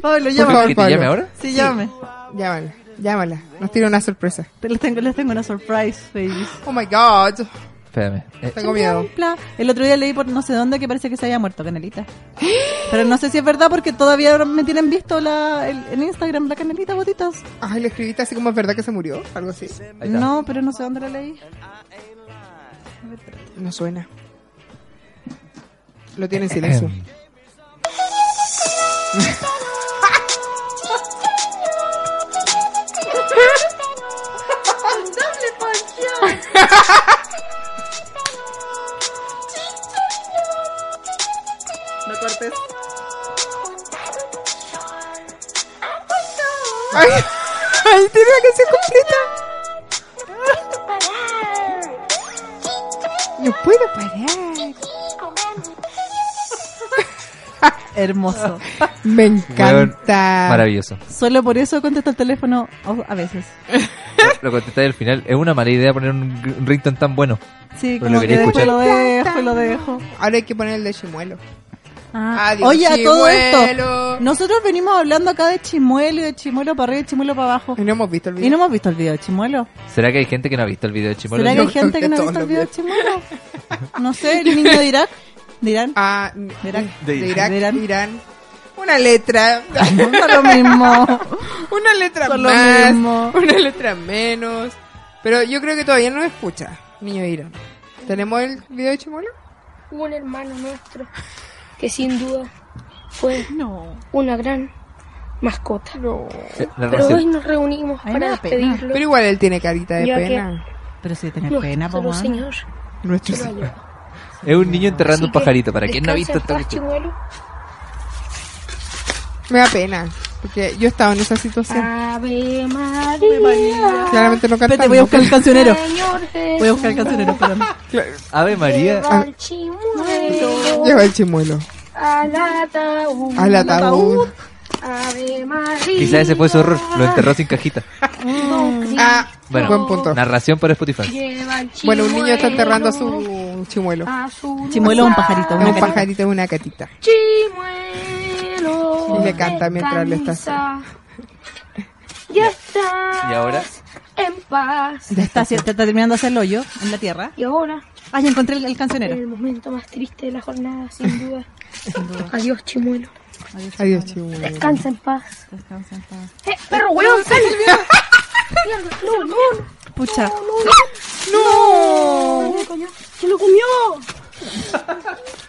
Pablo, favor, llámame. ¿Que Pablo. te llame ahora? Sí, llámame. Llámala, llámala. Nos tiene una sorpresa. Te- Les tengo, les tengo una surprise, babies. Oh my god. Espérame. Eh, Tengo miedo. Pla. El otro día leí por no sé dónde que parece que se había muerto Canelita. Pero no sé si es verdad porque todavía no me tienen visto la, el- en Instagram la Canelita Botitas. Ay, le escribiste así como es verdad que se murió. Algo así. ahí está. No, pero no sé dónde la leí. No suena. Lo tiene en silencio. No cortes. Ay, ay, tiene una canción completa. No puedo pues. parar. Hermoso. Me Weón, encanta. Maravilloso. Solo por eso contesta el teléfono a a veces. Lo contesté al final. Es una mala idea poner un, un ringtone tan bueno. Sí, Pero como lo que quería después lo escuchar. dejo y lo dejo. Ahora hay que poner el de chimuelo. Ah, Adiós, Oye, a todo chimuelo. esto, nosotros venimos hablando acá de chimuelo y de chimuelo para arriba y chimuelo para abajo. Y no hemos visto el video. Y no hemos visto el video de chimuelo. ¿Será que hay gente que no ha visto el video de Chimolo? ¿Será que yo hay creo gente que que no ha todos visto el los video de chimuelo? No sé, el niño de Irak. ¿De Irán? Ah, n- De Irak. de De Irak, Irán. Irán. Una letra. No lo mismo. Una letra Son lo más. mismo. Una letra menos. Pero yo creo que todavía no escucha, niño de Irán. ¿Tenemos el video de Chimolo? Hubo un hermano nuestro que sin duda fue No. una gran mascota. No. La Pero hoy relación. nos reunimos Ay, para me da pena. despedirlo. Pero igual él tiene carita de Ya que- pena. Pero si tenés Nuestro pena, po, weón. Señor Nuestro se lo ayudó. Es un niño enterrando Así un pajarito. Para que quien no ha visto descansa esta en paz, cuestión. chimuelo. Me da pena. Porque yo he estado en esa situación. Ave María. Claramente no Ah. Espérate, cantamos. voy a buscar el cancionero. Señor Jesús, Voy a buscar el cancionero, perdón. Ave María. lleva al chimuelo Lleva el chimuelo. al ataúd. Al ataúd. Ave María. Quizás ese fue su error. Lo enterró sin cajita. Ah, Bueno, buen punto. narración para Spotify. Lleva al Bueno, un niño está enterrando a chimuelo su chimuelo. Ah. a su Chimuelo es un pajarito, Es una un carita. pajarito, es una catita. Chimuelo. Y le canta mientras le está descansa. Ya está. ¿Y ahora? En paz. Ya está, se- está terminando de hacerlo yo en la tierra. Y ahora, Ah, ya encontré el, el cancionero. el momento más triste de la jornada, sin duda. Adiós, chimuelo. Adiós, chimuelo. Descansa en paz. ¡Eh, perro, weón! ¡Sal! Mierda, ¡No, no! Pucha. ¡No! no. ¡Se lo comió!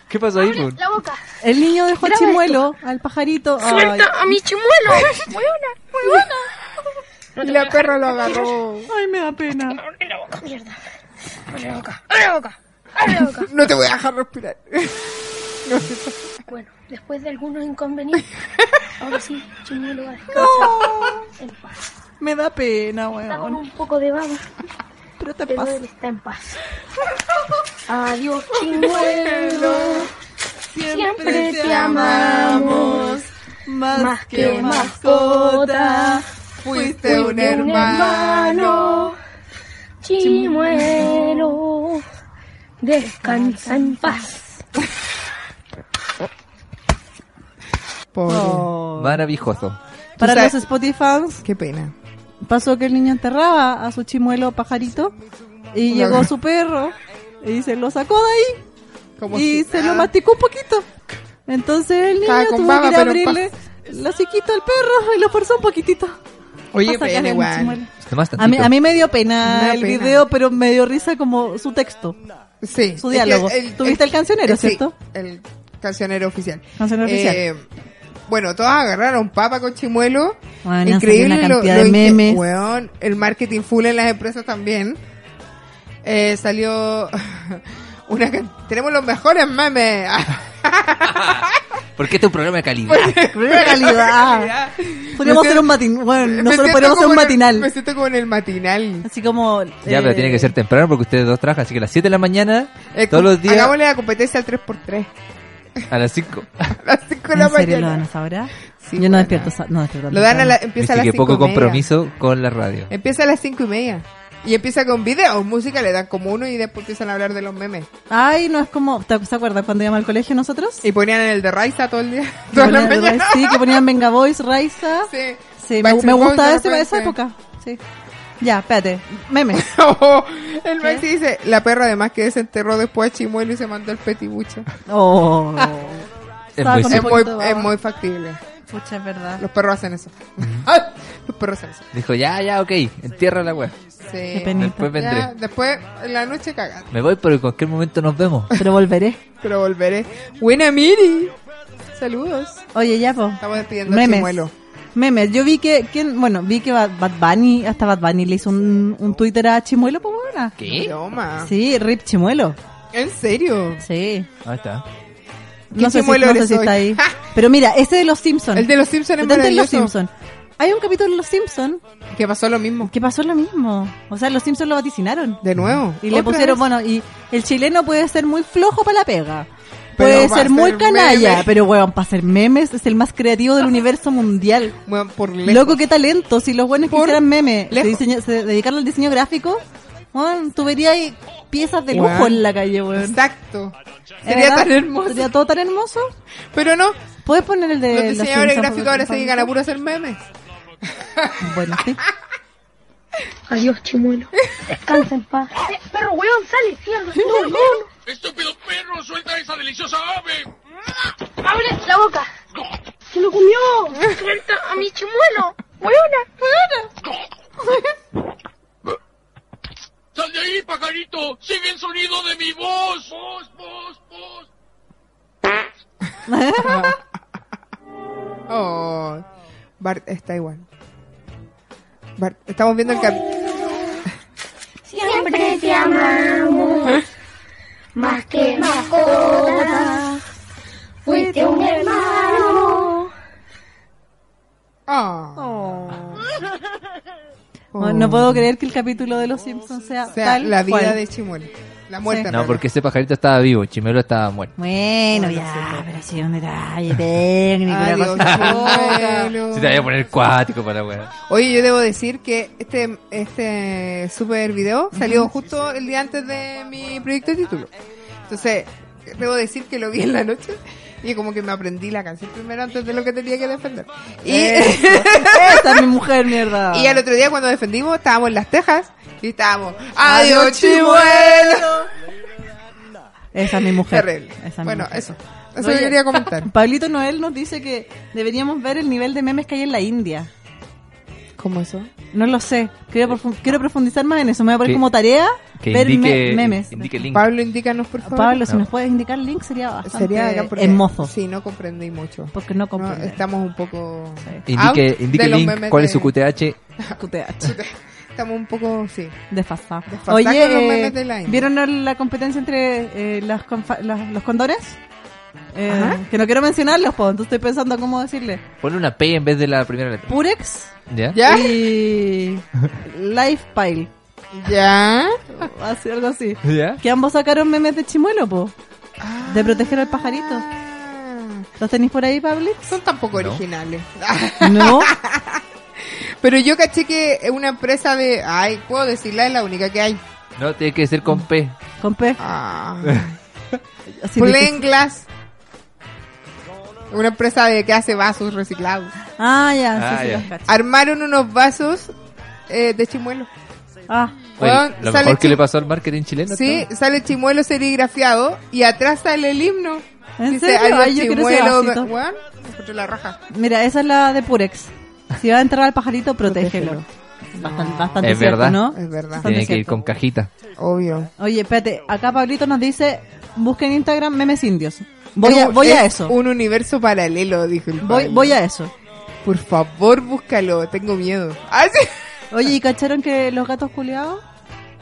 ¿Qué pasó ahí, pues? Pun? ¡La boca! El niño dejó el Graba chimuelo al pajarito. Ay, ¡Suelta a mi chimuelo! ¡Weona! ¡Weona! Y la perra lo agarró. ay, me da pena. ¡Abre la boca, mierda! ¡Abre la boca! ¡Abre la boca! ¡Abre la boca! No te voy a dejar respirar. Bueno, después de algunos inconvenientes, ahora sí, chimuelo va a descansar en paz. Me da pena, Está con weón. un poco de baba, Pero te pero pasa. él está en paz. Adiós, chimuelo. Siempre te amamos. Más que mascota. Fuiste un de un hermano. hermano. Chimuelo. Descansa en paz. Pobre. Oh. Maravilloso. Para sabes- los Spotify fans, Qué pena. pasó que el niño enterraba a su chimuelo pajarito y Una- llegó su perro y se lo sacó de ahí Como si- y se lo Ah, masticó un poquito. Entonces el niño Estaba con tuvo baba, que ir a pero abrirle la hociquito al perro y lo forzó un poquitito. Oye, para sacarle pena el igual. chimuelo. Tomás A mí, tantito. a mí me dio pena Me da el pena. video, pero me dio risa como su texto. Sí. Su Es diálogo. que Tuviste el cancionero, sí, ¿cierto? El cancionero oficial. Cancionero Eh, Bueno, todos agarraron papa con chimuelo. Bueno, salió Increíble una lo- cantidad lo de inge- memes. weón, el marketing full en las empresas también. Eh, Ah, salió una can- tenemos los mejores memes. Porque este es un programa de calidad. Primera calidad. Podríamos hacer un matinal. Bueno, nosotros podríamos hacer un Me matinal. siento como en el matinal. Así como. eh, Ya, pero tiene que ser temprano porque ustedes dos trabajan. Así que a las 7 de la mañana, Eh, todos los días, Hagámosle la competencia al 3x3. a las 5. A las 5 de la ¿En serio lo dan mañana. hasta ahora? Sí, Yo bueno. no despierto. sa- No despierto Lo dan a la, empieza a Viste las que 5 poco compromiso con la radio. Empieza a las 5 y media. Y empieza con videos, música, le dan como uno y después empiezan a hablar de los memes. Ay, no es como. ¿Te te acuerdas cuando íbamos al colegio nosotros? Y ponían el de Raiza todo el día. Que Toda la ponían- mañana. Sí, que ponían Venga Boys, Raiza. Sí. Sí, me, Backstreet me Boys gustaba de ese- esa repente. época. Sí. Ya, espérate. Memes. Oh, el Maxi dice, la perra además que se enterró después a Chimuelo y se mandó el petibucho. Oh. Es Estaba muy con un Es muy, poquito de es baba. muy factible. Pucha, es verdad. Los perros hacen eso. Ay, Los perros hacen eso. Dijo, ya, ya, ok, entierra la web. Sí. penita. Después vendré. Ya, después, en la noche cagaste, Me voy, pero en cualquier momento nos vemos. Pero volveré. pero volveré. Buena Miri. Saludos. Oye, ya, po. Estamos despidiendo a Memes. Chimuelo. Memes. Yo vi que, ¿quién? bueno, vi que Bad Bad Bunny, hasta Bad Bunny le hizo un, un Twitter a Chimuelo, pues bueno. ¿Qué? Toma. Sí, Rip Chimuelo. ¿En serio? Sí. Ahí está. No sé, si, Chimuelo no eres sé si está hoy? ahí. Pero mira, ese de los Simpsons. El de los Simpsons es de los maravilloso. Simpsons. Hay un capítulo de los Simpsons Que pasó lo mismo. que pasó lo mismo. O sea, los Simpsons lo vaticinaron. De nuevo. Y le Otra pusieron, vez. bueno, y el chileno puede ser muy flojo para la pega. Pero Puede va a ser muy hacer canalla, memes. pero weón, para hacer memes es el más creativo del universo mundial. Bueno, por lejos. Loco, qué talento. Si los buenos Por quisieran memes, se, lejos. diseña- se dedicaron al diseño gráfico, weón, tú verías ahí piezas de lujo Weón. en la calle, weón. Exacto. ¿Es Sería verdad? tan hermoso. Sería todo tan hermoso. Pero no, Puedes poner el de los diseñadores Simpsons, gráficos ahora se Eh, porque- dedican a puro hacer memes. Bueno, sí. Adiós, chimuelo. Canta en paz. Eh, perro, weón, sale, cierra. No, no, ¡Estúpido perro! ¡Suelta esa deliciosa ave! Abre la boca. Se lo comió. Suelta a mi chimuelo. Weona, weona. ¡Sal de ahí, pajarito! ¡Sigue el sonido de mi voz! ¡Voz, voz, voz! Oh. Bart está igual. Bart, estamos viendo el capítulo. Siempre te ¿Eh? amamos, más que mascotas. Fuiste un hermano. Oh. Oh. No, no puedo creer que el capítulo de los Simpsons sea, O sea, tal la vida cual. de Chimuelo. La muerte. Sí. No, hermano. porque ese pajarito estaba vivo, Chimelo estaba muerto. Bueno, ya, pero sí, un detalle técnico. una Adiós, cosa loca. Chimuelo. Se te voy a poner cuático para la wea. Oye, yo debo decir que este este super video salió justo el día antes de mi proyecto de título. Entonces, debo decir que lo vi en la noche y como que me aprendí la canción primero antes de lo que tenía que defender. Y, Esta es mi mujer, mierda. y al otro día cuando defendimos estábamos en Las Tejas y estábamos Adiós, ¡Adiós, Chimuelo! Esa es mi mujer. Terrible. Esa es mi Bueno, mujer. eso. Eso Oye, yo quería comentar. Pablito Noel nos dice que deberíamos ver el nivel de memes que hay en la India. ¿Cómo eso? No lo sé. Quiero, profu- quiero profundizar más en eso. Me voy a poner Que- como tarea Que ver indique, me- memes. indique Ah. el link. Pablo, indícanos, por favor. Pablo, si No. nos puedes indicar el link sería bastante Sería bacán porque- hermoso. Sí, no comprendí mucho. Porque no No, comprendo. estamos un poco. out Indique, de indique el los link, memes cuál de- es su QTH. QTH. Estamos un poco, sí. Desfasado. Desfasado Oye, con los memes eh, de la India. ¿vieron la competencia entre eh, las confa- las- los condores? Eh, que no quiero mencionarlos, po, entonces estoy pensando cómo decirle. Ponle una P en vez de la primera letra. Purex ¿Ya? ¿Ya? y Lifepile, ¿Ya? así, algo así. ¿Ya? Que ambos sacaron memes de chimuelo, po, de proteger al pajarito. Ah, ¿Los tenéis por ahí, Pablo? Son tampoco No. originales. No. Pero yo caché que es una empresa de. Ay, puedo decirla, es la única que hay. No, tiene que ser con P. Compe. Ah. así Plain difícil. Glass. Una empresa de que hace vasos reciclados. Ah, ya, Ah, sí, sí, ya. los cacho. Armaron unos vasos eh, de chimuelo. Ah, Oye, Weón, lo sale mejor que chi- le pasó al marketing chileno. Sí, está. sale chimuelo serigrafiado y atrás sale el himno. ¿En Dice, serio? "Adiós, Ay, yo quiero ese vasito. Weón, encontré la raja. mira, esa es la de Purex. Si va a entrar al pajarito, protégelo. Bastante, bastante Es cierto, verdad. ¿no? Es verdad. Son- Tiene que ir cierto. con cajita. Obvio. Oye, espérate, acá Pablito nos dice, busquen en Instagram memes indios. Voy Es a, un- voy a es eso. Un universo paralelo, dijo el Voy, Pablo. voy a eso. Por favor, búscalo, tengo miedo. Ah, sí. Oye, ¿y cacharon que los gatos culiados?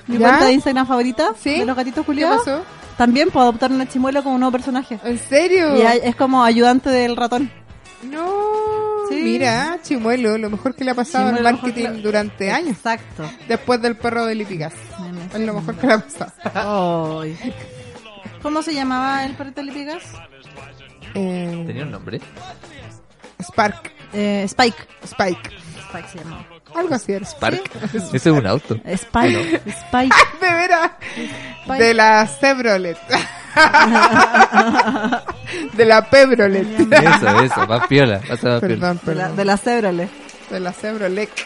Mi ¿Ya? cuenta de Instagram favorita ¿Sí? de los gatitos ¿Qué culiados pasó? También puedo adoptar una chimuelo como un nuevo personaje. ¿En serio? Y hay- es como ayudante del ratón. No. Sí. Mira, Chimuelo, lo mejor que le ha pasado al Chimuelo, lo mejor marketing que le- durante años. Exacto. Después del perro de Lipigas. Es lo mejor que le ha pasado. Ay. ¿Cómo se llamaba el perrito de Lipigas? Eh, ¿Tenía un nombre? Spark. Eh, Spike. Spike. Spike se llamaba. Algo así era. Park. Ese es un auto. Eh, Spike. Spike. De veras. Spike. De la Chevrolet. de la Pebrolet. Eso, eso, más piola. pasa Perdón, más piola. De la, perdón. de la Cébrale. De la Chevrolet. ¿Qué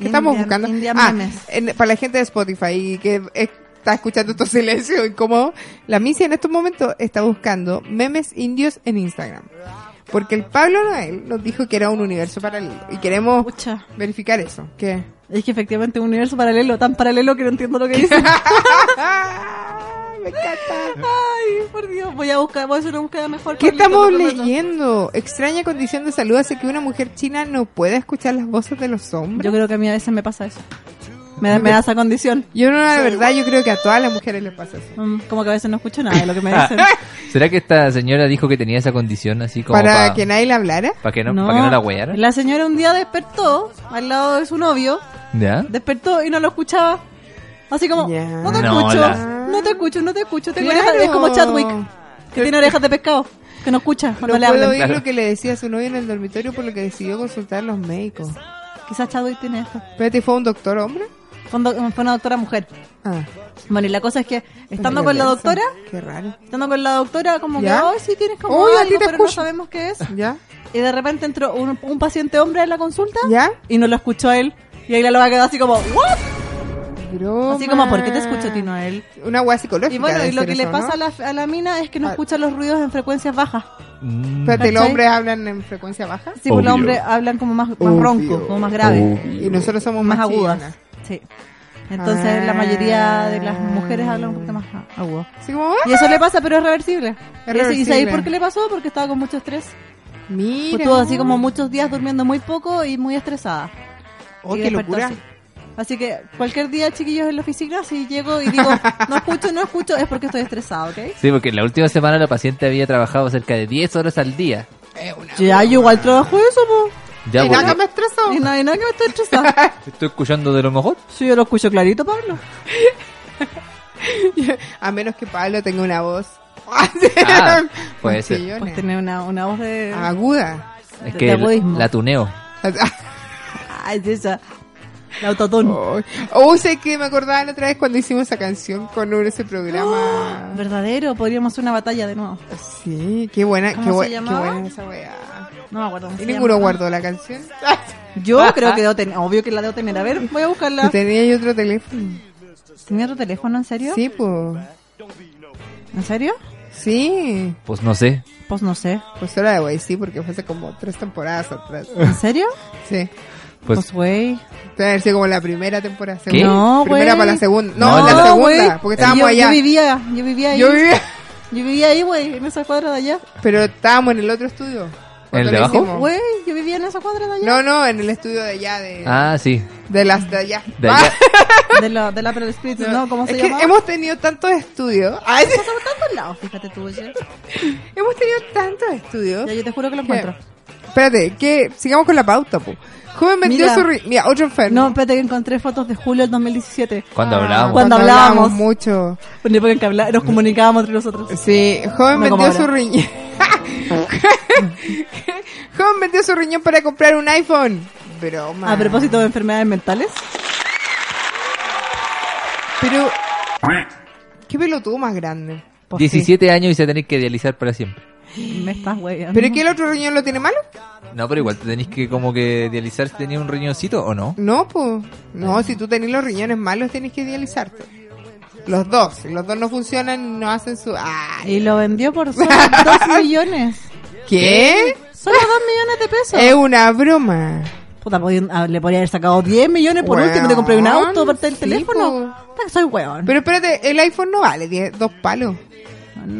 Indian- estamos buscando? Indian ah, memes. en- para la gente de Spotify y que eh, está escuchando estos silencios incómodos, la misia en estos momentos está buscando memes indios en Instagram. Porque el Pablo Noel nos dijo que era un universo paralelo y queremos Pucha. verificar eso. ¿Qué? Es que efectivamente un universo paralelo, tan paralelo que no entiendo lo que dice. ¡Ah! Me encanta. Ay, por Dios, voy a buscar, voy a hacer una búsqueda mejor. ¿Qué Carlito, estamos te prometo. leyendo? Extraña condición de salud hace que una mujer china no pueda escuchar las voces de los hombres. Yo creo que a mí a veces me pasa eso. Me da, me da esa condición. Yo no, la verdad, yo creo que a todas las mujeres les pasa eso. Mm, Como que a veces no escucho nada de lo que Ah. me dicen. ¿Será que esta señora dijo que tenía esa condición así como Para para que nadie le hablara. pa que, no, pa que no la hueara? La señora un día despertó al lado de su novio, ¿Ya? despertó y no lo escuchaba. Así como, Ya. no te No, escucho, la- no te escucho, no te escucho. Tengo Claro. orejas- es como Chadwick, que tiene orejas de pescado, que no escucha No puedo cuando le hablan. oír Claro. lo que le decía a su novio en el dormitorio por lo que decidió consultar a los médicos. Quizás Chadwick tiene esto. Espérate, ¿fue un doctor hombre? Fue un doc- fue una doctora mujer. Ah. Bueno, y la cosa es que estando Qué con vergüenza. la doctora, Qué raro. estando con la doctora, como que, ¿Ya? ay, sí tienes como Uy, a ti te algo, pero no escucho. sabemos qué es. ¿Ya? Y de repente entró un, un paciente hombre en la consulta ¿Ya? y no lo escuchó a él. Y ahí la loca quedó así como, ¿what? Broma. Así como, ¿por qué te escucho a ti, Noel? Una hueá psicológica. Y bueno, debe y lo ser que le eso, pasa a, ¿no? la, a la mina es que no Ah. escucha los ruidos en frecuencias bajas. Espérate, los ¿Cachai? hombres hablan en frecuencia baja Sí, pues los Obvio. hombres hablan como más, más Obvio. ronco, como más grave, y nosotros somos más más, agudas. chillonas. Sí. Entonces la mayoría de Ah. las mujeres hablan un poquito más agudo. Así como, "Ah, Y eso le pasa, pero es reversible. Es Y eso- ¿Y sabéis reversible. por qué le pasó? Porque estaba con mucho estrés. Pues mira. Estuvo así como muchos días durmiendo muy poco y muy estresada. Oh, Y qué despertó locura. así. Así que cualquier día, chiquillos, en la oficina, si llego y digo, no escucho, no escucho, es porque estoy estresada, ¿ok? Sí, porque la última semana la paciente había trabajado cerca de 10 horas al día. Ya, yo igual trabajo eso, po. pues, Ya, Y nada, bueno, me estresó. Y no hay nada que me estoy estresada. estoy escuchando de lo mejor. Sí, yo lo escucho clarito, Pablo. A menos que Pablo tenga una voz. Ah, puede ser. chillona. Pues tener una, una voz de... Ah, Aguda. Es De que egoísmo. la tuneo. Ay, Ah, esa. La autotón. Oh, oh, sé que me acordaba la otra vez cuando hicimos esa canción con un- ese programa. Verdadero, podríamos hacer una batalla de nuevo. Sí, qué buena, ¿Cómo qué, bua- se qué llamaba? buena esa weá. No me acuerdo. cómo Y se ninguno llama. Ah, guardó la canción. Yo creo que debo tener, obvio que la debo tener. A ver, voy a buscarla. Tenía yo otro teléfono. ¿Tenía otro teléfono, en serio? Sí, pues. ¿En serio? Sí. Pues no sé. Pues no sé. Pues era de wey, sí, porque fue hace como tres temporadas atrás. ¿En serio? Sí. Pues Pues, güey. Debe haber sido como la primera temporada. ¿Qué? segunda. No, Primera güey. para la segunda. No, No, la segunda. güey. Porque estábamos yo, allá. Yo vivía, yo vivía ahí. Yo vivía- Yo vivía ahí, güey, en esa cuadra de allá. Oh, Pero estábamos en el otro estudio. pues, ¿En Cuando el de lo abajo? hicimos. Güey, yo vivía en esa cuadra de allá. No, no, en el estudio de allá, de, ah, sí. de las de allá. Ah. De Ah. allá. De la, de la Pearl Spritz, ¿no? ¿Cómo se es llamaba? que hemos tenido tantos estudios. Ay, sí. Pasamos tantos lados, fíjate tú, oye. hemos tenido tantos estudios. Ya, yo te juro que lo que- encuentro. Espérate, que sigamos con la pauta, po. Joven vendió Mira. su... ri- Mira, otro enfermo. No, espérate que encontré fotos de julio del 2017. Cuando Ah, hablábamos. Cuando hablábamos. mucho. Una época en que habla- nos comunicábamos entre nosotros. Sí, joven No como vendió ahora. su riñón. joven vendió su riñón para comprar un iPhone. Broma. A propósito de enfermedades mentales. Pero... Qué pelotudo más grande. Pues 17 años y se tenéis que dializar para siempre. sí, me estás güey. ¿Pero que el otro riñón lo tiene malo? No, pero igual te tenéis que como que dializar si tenías un riñoncito o no. No, pues. No, si tú tenés los riñones malos, tenés que dializarte. Los dos. Si los dos no funcionan, no hacen su. ¡Ay! Y lo vendió por solo 2 millones. ¿Qué? Solo 2 millones de pesos. Es una broma. Eh, Puta, podían- ah, le podría haber sacado 10 millones por Weón, último. Te compré un auto, aparte del sí, teléfono. po. Puta que Soy weón. Pero espérate, el iPhone no vale diez- dos palos.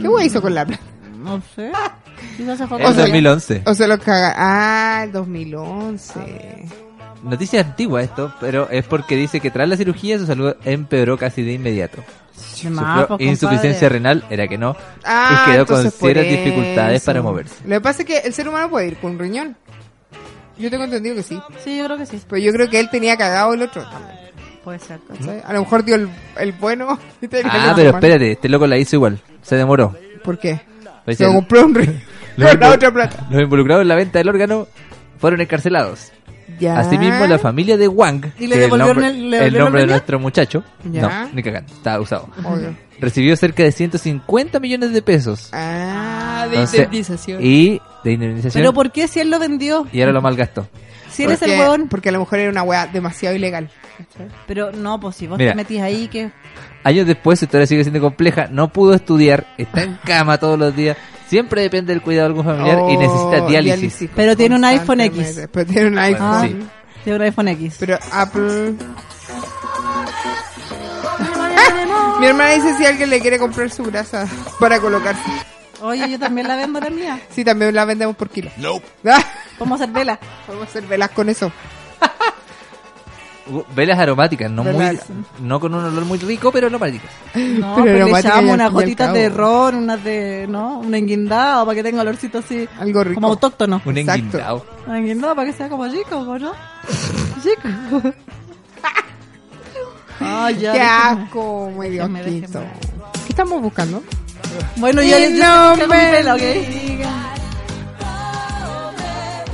¿Qué güey hizo con la plata? No sé. Ah. Quizás se fue En con- sea, 2011. O se lo caga. Ah, el 2011. Noticia antigua esto, pero es porque dice que tras la cirugía su salud empeoró casi de inmediato. De más, Sufrió Ah, pues, insuficiencia compadre. renal, era que no. Ah, y quedó con entonces por serias dificultades eso. para moverse. Lo que pasa es que el ser humano puede ir con un riñón. Yo tengo entendido que sí. Sí, yo creo que sí. Pero yo creo que él tenía cagado el otro también. Puede ser. ¿cachai? A lo mejor dio el, el bueno. y tenía Ah, el pero malo. espérate, este loco la hizo igual. Se demoró. ¿Por qué? Pues Se el- compró un riñón. Los Con la invol- otra plata. Los involucrados en la venta del órgano fueron encarcelados. Ya. Asimismo, la familia de Wang, ¿Y le que es el devolvieron nombre, el- le el devolvieron nombre de el nuestro muchacho, Ya. no, ni cagando, estaba usado, Obvio. recibió cerca de 150 millones de pesos. Ah, de Entonces, indemnización. Y de indemnización. Pero ¿por qué si él lo vendió? Y ahora lo malgastó. Si eres el Porque- huevón. Porque a lo mejor era una weá demasiado ilegal. ¿cachai? Pero no, pues si vos Mira. te metís ahí, que Años después, su historia sigue siendo compleja. No pudo estudiar, está en cama todos los días. Siempre depende del cuidado de algún familiar y necesita Oh, diálisis. Pero tiene un iPhone X. constantemente. Pero tiene un Ah, iPhone. sí. tiene un iPhone X. Pero Apple. Mi hermana dice si alguien le quiere comprar su grasa para colocarse. Oye, yo también la vendo la mía. Sí, también la vendemos por kilo. Nope. Vamos a hacer vela. Podemos hacer velas con eso. Uh, Velas aromáticas, no, muy, Velas. no con un olor muy rico, pero aromáticas. Pero No, pero, le aromática y echamos al unas fin y al gotitas cabo. de ron, unas de, ¿no? Un enguindado para que tenga olorcito así. Algo rico. Como autóctono. Un Exacto. enguindado. Un enguindado para que sea como rico, ¿o ¿no? Rico. Ay, ya. ¡Qué déjenme. asco! Muy Dios Déjenme, quito. déjenme. ¿Qué estamos buscando? Bueno, yo Y les no yo me me vela, ¿ok?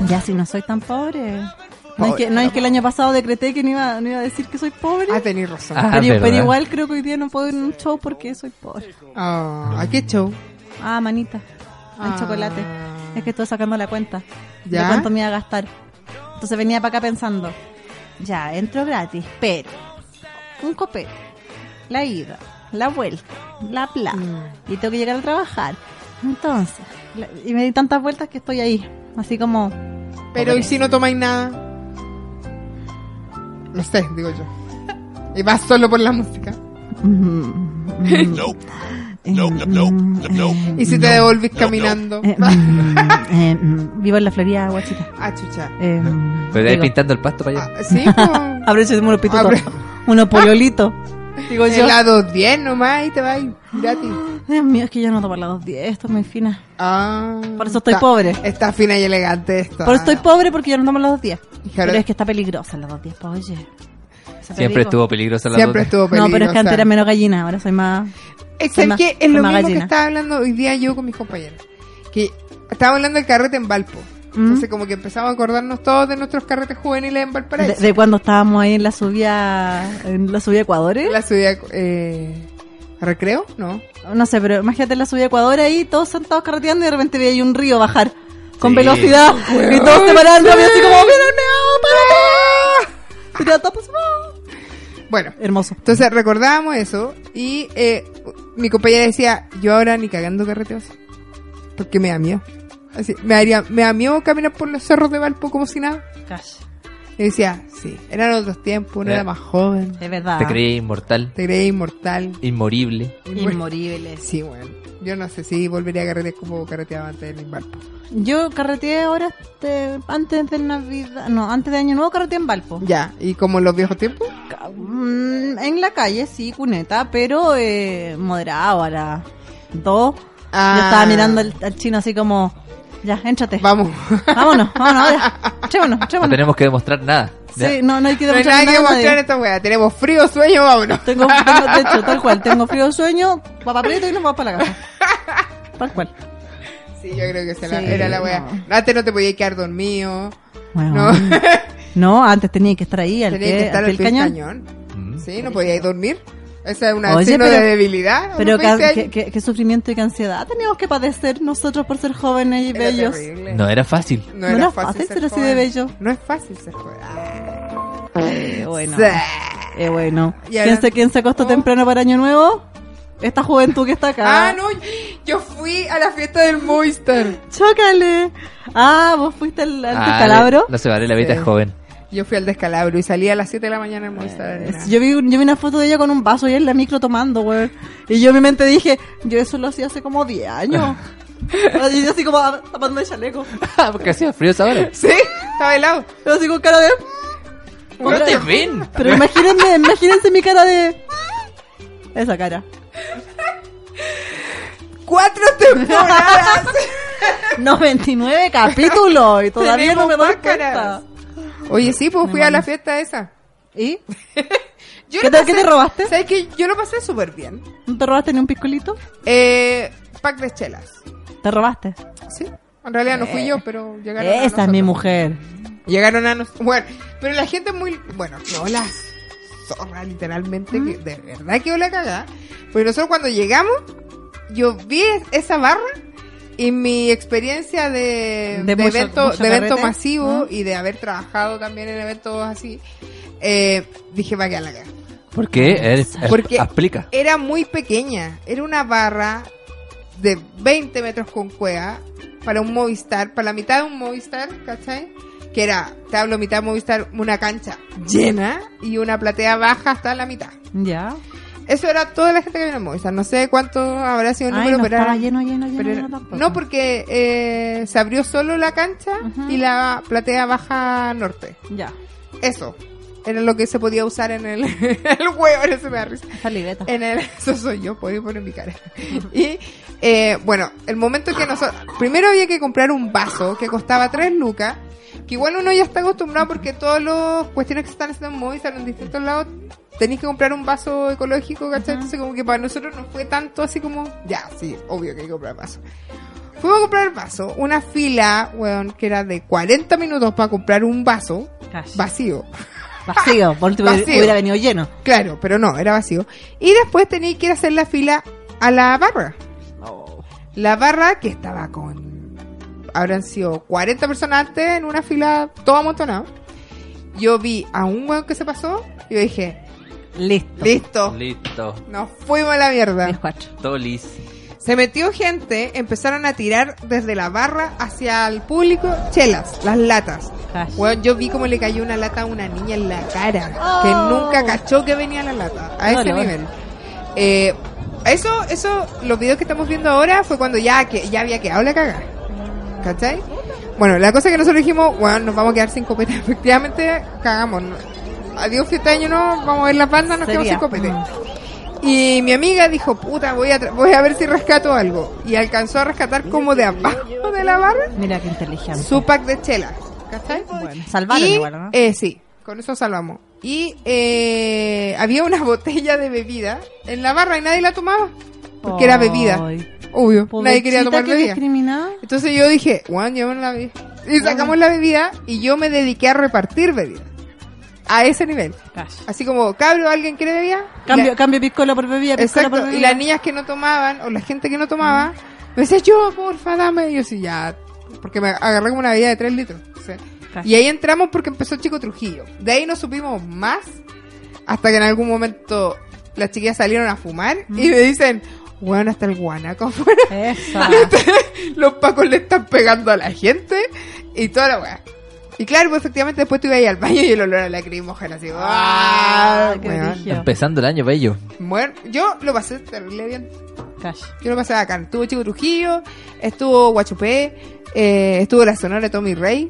Ya, si no soy tan pobre. No, es Pobre, que, no es que el año pasado decreté que no iba, no iba a decir que soy pobre. Ah, tenéis razón. Ah, pero, pero ¿verdad? igual creo que hoy día no puedo ir a un show porque soy pobre. Ah, ¿A qué show? Ah, manita. Ah. Al chocolate. Es que estoy sacando la cuenta ¿Ya? de cuánto me iba a gastar. Entonces venía para acá pensando, ya, entro gratis, pero un copete, la ida, la vuelta, la plata, Mm. y tengo que llegar a trabajar. Entonces, la- y me di tantas vueltas que estoy ahí, así como, Pero ¿y si no tomáis nada? No sé, digo yo. Y vas solo por la música. Nope. Nope, nope, nope, nope. ¿Y si te devolvís caminando? eh, mm, eh, mm, vivo en la Florida, guachita. Ah, chucha. Eh, Pero ahí digo, pintando el pasto para allá. Ah, sí, pues. Abre ese unos pitutos, Abre. unos poliolitos. Digo yo, helado 10 nomás y te vas gratis. Dios mío, es que yo no tomo las dos diez, esto es muy fina. Ah. Por eso estoy está- pobre. Está fina y elegante esta. Pero estoy pobre porque yo no tomo los dos días. Hija, Pero ahora- es que está peligrosa los dos días, pues, oye. Eso te digo. Siempre estuvo peligrosa la ah, Siempre duda. estuvo peligrosa. No, pero es que antes era menos gallina, ahora soy más. Es soy que más- es soy lo mismo más que gallina. estaba hablando hoy día yo con mis compañeros. Que estábamos hablando del carrete en Valpo. Mm. Entonces como que empezamos a acordarnos todos de nuestros carretes juveniles en De, Valparaíso. de cuando estábamos ahí en la subida. En la subida Ecuador, ¿eh? La subida... Eh, ¿a ¿Recreo? No. No sé, pero imagínate en la subida Ecuador ahí, todos sentados carreteando y de repente veía ahí un río bajar. Con Sí. velocidad. Y todos se paraban rápido, así como, ¡Mira el meao, párate! Y te tapas, ¡ah! Bueno. Hermoso. Entonces recordábamos eso y eh, mi compañera decía, yo ahora ni cagando carreteo así, porque me da miedo. Así, me, daría, me da miedo caminar por los cerros de Valpo como si nada. Cash. Y decía, sí, eran otros tiempos, uno Eh. era más joven, De verdad. Te creía inmortal, te creía inmortal. inmorible. Inmoribles. Sí, bueno. Yo no sé si volvería a carretear como carreteaba antes en Valpo. Yo carreteé ahora este, antes de Navidad, no, antes de Año Nuevo carreteé en Valpo. Ya, y como en los viejos tiempos, Ca- mm, En la calle, sí, cuneta, pero eh, moderado a las dos. Ah. Yo estaba mirando al, al chino así como, ya, éntrate. vamos. Vámonos, vámonos ahora. Echémonos, No echémonos. tenemos que demostrar nada. Ya. Sí, no, no hay que no hay demostrar nada que nada a nadie. mostrar en esta wea. Tenemos frío, sueño, vámonos. Tengo, tengo, de hecho, tal cual, tengo frío sueño, papá preto y nos vamos para la casa. Tal cual. Sí, yo creo que esa la- Sí, era la wea. no. Antes no te podías quedar dormido. Bueno, No. no. antes tenía que estar ahí, al Tenía pie- que estar al pie al del pie del cañón. cañón. Mm. Sí, no podía ir a dormir. Esa es una Oye, signo pero- de debilidad. a Pero los qué, 20 años. qué- qué- qué sufrimiento y qué ansiedad teníamos que padecer nosotros por ser jóvenes y Era bellos. terrible. No era fácil. No era fácil ser así joven. de bello. No es fácil ser joven. Ah, Eh, bueno. sí. Eh, bueno. Y ahora- Oh. ¿Quién se, quién se acostó No. temprano para Año Nuevo? Esta juventud que está acá. Ah, no. Yo fui a la fiesta del Moistar. ¡Chócale! Ah, vos fuiste al, al Ah, descalabro. No se vale, la vida Sí. es joven. Yo fui al descalabro y salí a las 7 de la mañana en Moistar. Eh, Yo vi, un- yo vi una foto de ella con un vaso y en la micro tomando, güey. Y yo en mi mente dije, yo eso lo hacía hace como 10 años. y yo así como ah, tapándome el chaleco. Ah, porque hacía frío esa hora. Sí, estaba helado. Yo así con cara de... No te ven. Pero imagínense, imagínense mi cara de. Esa cara. cuatro temporadas. 99 capítulos y todavía no Tenemos me doy máscaras. cuenta. Oye, sí, pues fui a la fiesta esa. ¿Y? Yo ¿Qué lo tal? ¿Qué te robaste? ¿Sabes que Yo lo pasé súper bien. ¿No te robaste ni un piscolito? Eh, pack de chelas. Te robaste. Sí. En realidad no fui yo, pero llegaron a Eh. Esa es mi nosotros. mujer. Llegaron a nosotros. Bueno, pero la gente es muy. Bueno, no las zorras, literalmente, que de verdad que la cagada. Pero nosotros cuando llegamos, yo vi es- esa barra y mi experiencia de, De de mucho- evento, mucho de evento carrete. masivo Ah. y de haber trabajado también en eventos así, eh, dije, va a quedar la cagada. ¿Por qué? Eres- Porque- Explica. Era muy pequeña. Era una barra de 20 metros con cueva para un Movistar, para la mitad de un Movistar, ¿cachai? Que era, te hablo mitad Movistar, una cancha llena y una platea baja hasta la mitad. Ya. Eso era toda la gente que vino al Movistar. No sé cuánto habrá sido el Ay, número, no pero, estaba era- lleno, lleno, lleno. pero era- lleno tampoco. No, porque eh, se abrió solo la cancha Ujú. y la platea baja norte. Ya. Eso. Era lo que se podía usar en el, el huevo, en ese me da risa. Esa libreta. En el, eso soy yo, podéis poner mi cara. Y eh, bueno, el momento que nosotros. Primero había que comprar un vaso que costaba 3 lucas. Que igual uno ya está acostumbrado porque todas las cuestiones que se están haciendo en Movistar en distintos lados tenéis que comprar un vaso ecológico, ¿cachai? Entonces, como que para nosotros no fue tanto así como. Ya, sí, obvio que hay que comprar vaso. Fuimos a comprar vaso, una fila, weón, que era de 40 minutos para comprar un vaso Cash. vacío. Vacío. Por último, Vacío. hubiera venido lleno. Claro, pero no, era vacío. Y después tenía que ir a hacer la fila a la barra. La barra que estaba con... Habrán sido 40 personas antes en una fila todo amontonado. Yo vi a un weón que se pasó y yo dije, Listo. listo, Listo. nos fuimos a la Diez mierda. cuatro. Todo listo. Se metió gente, empezaron a tirar desde la barra hacia el público chelas, las latas. Cash. Weón, yo vi cómo le cayó una lata a una niña en la cara, Oh. que nunca cachó que venía la lata, a No, ese le vale. nivel. Eh, eso, eso, los videos que estamos viendo ahora fue cuando ya, que, ya había quedado la cagada. ¿Cachai? Bueno, la cosa que nosotros dijimos, bueno, nos vamos a quedar sin copete. Efectivamente, cagamos. ¿no? Adiós, fiesta de año, no, vamos a ver la banda, nos Sería. quedamos sin copete. Y mi amiga dijo, puta, voy a, tra- voy a ver si rescato algo. Y alcanzó a rescatar como de abajo de la barra Mira qué inteligente. su pack de chela. ¿Cachai? Bueno, salvaron Y, igual, ¿no? eh, sí, con eso salvamos. Y eh, había una botella de bebida en la barra y nadie la tomaba. Porque era bebida. Ay, Obvio, nadie pobrecita, quería tomar qué bebida. discriminada. Entonces yo dije, Juan, llevamos la bebida. Y sacamos la bebida y yo me dediqué a repartir bebida. A ese nivel. Cash. Así como, cabro, ¿alguien quiere bebida? Cambio, La- cambio piscola por bebida, piscola por exacto. bebida. Y las niñas que no tomaban, o la gente que no tomaba, me decía, yo, porfa, dame. Y yo sí, ya. Porque me agarré como una bebida de 3 litros. o sea. Cash. Y ahí entramos porque empezó Chico Trujillo. De ahí no supimos más hasta que en algún momento las chiquillas salieron a fumar y me dicen, bueno, hasta el guanaco afuera. Esa. Los pacos le están pegando a la gente y toda la weá. Y claro, pues efectivamente después tú ibas ahí al baño y el olor a la crimógena así. ¡Ah! Ah, qué weón. brígido. Empezando el año, bello. Bueno, yo lo pasé terrible bien. Cash. Yo lo pasé acá. Estuvo Chico Trujillo, estuvo Guachupé, eh, estuvo la sonora de Tommy Rey.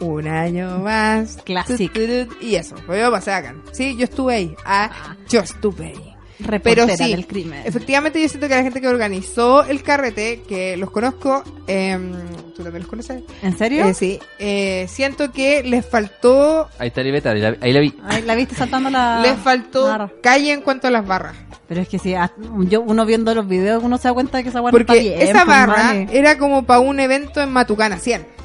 Un año más. Classic. Tut, tut, Y eso, pues yo lo pasé acá. Sí, yo estuve ahí. Ah, yo estuve ahí. Reportera Pero sí, del crimen. efectivamente yo siento que la gente que organizó el carrete, que los conozco, em, ¿tú también los conoces? ¿En serio? Eh, sí. Eh, siento que les faltó, Ahí está Libeta, ahí la, ahí la vi. Ay, la viste saltando la. les faltó barra. calle en cuanto a las barras. Pero es que si a- yo, uno viendo los videos, uno se da cuenta de que esa guarda Porque esa barra pues, Vale. era como para un evento en Matucana 100.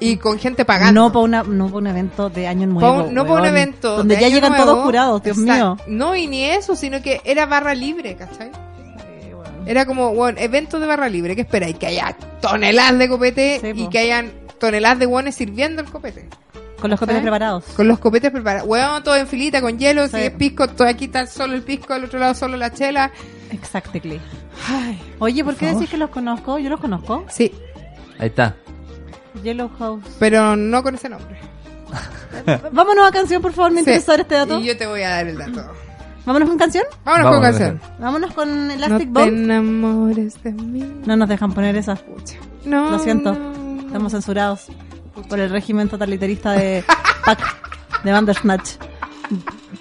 Y con gente pagando. No para una, no pa' un evento de año nuevo. Pa' un- no para un weón, evento. Donde de ya año llegan nuevo. todos curados, Dios Exacto. mío. No, y ni eso, sino que era barra libre, ¿cachai? Era como, bueno, eventos de barra libre, ¿qué esperáis? Que haya toneladas de copete Sí, y po. que hayan toneladas de guones sirviendo el copete. Con los copetes ¿Sabes? preparados. Con los copetes preparados. Huevón, todo en filita, con hielo, Sí. si es pisco, todo aquí está solo el pisco, al otro lado solo la chela. Exactly. Ay, Oye, ¿por qué decís que los conozco? Yo los conozco. sí, Ahí está. Yellow House. pero no con ese nombre. Vámonos a canción, por favor. Me Sí. interesa saber este dato. Y yo te voy a dar el dato. Vámonos con canción. Vámonos Vamos, con canción. Vámonos con No Elastic te Boat. enamores de mí. No nos dejan poner esa. No, Lo siento. no. Estamos censurados por el régimen totalitarista de Pac, de Bandersnatch.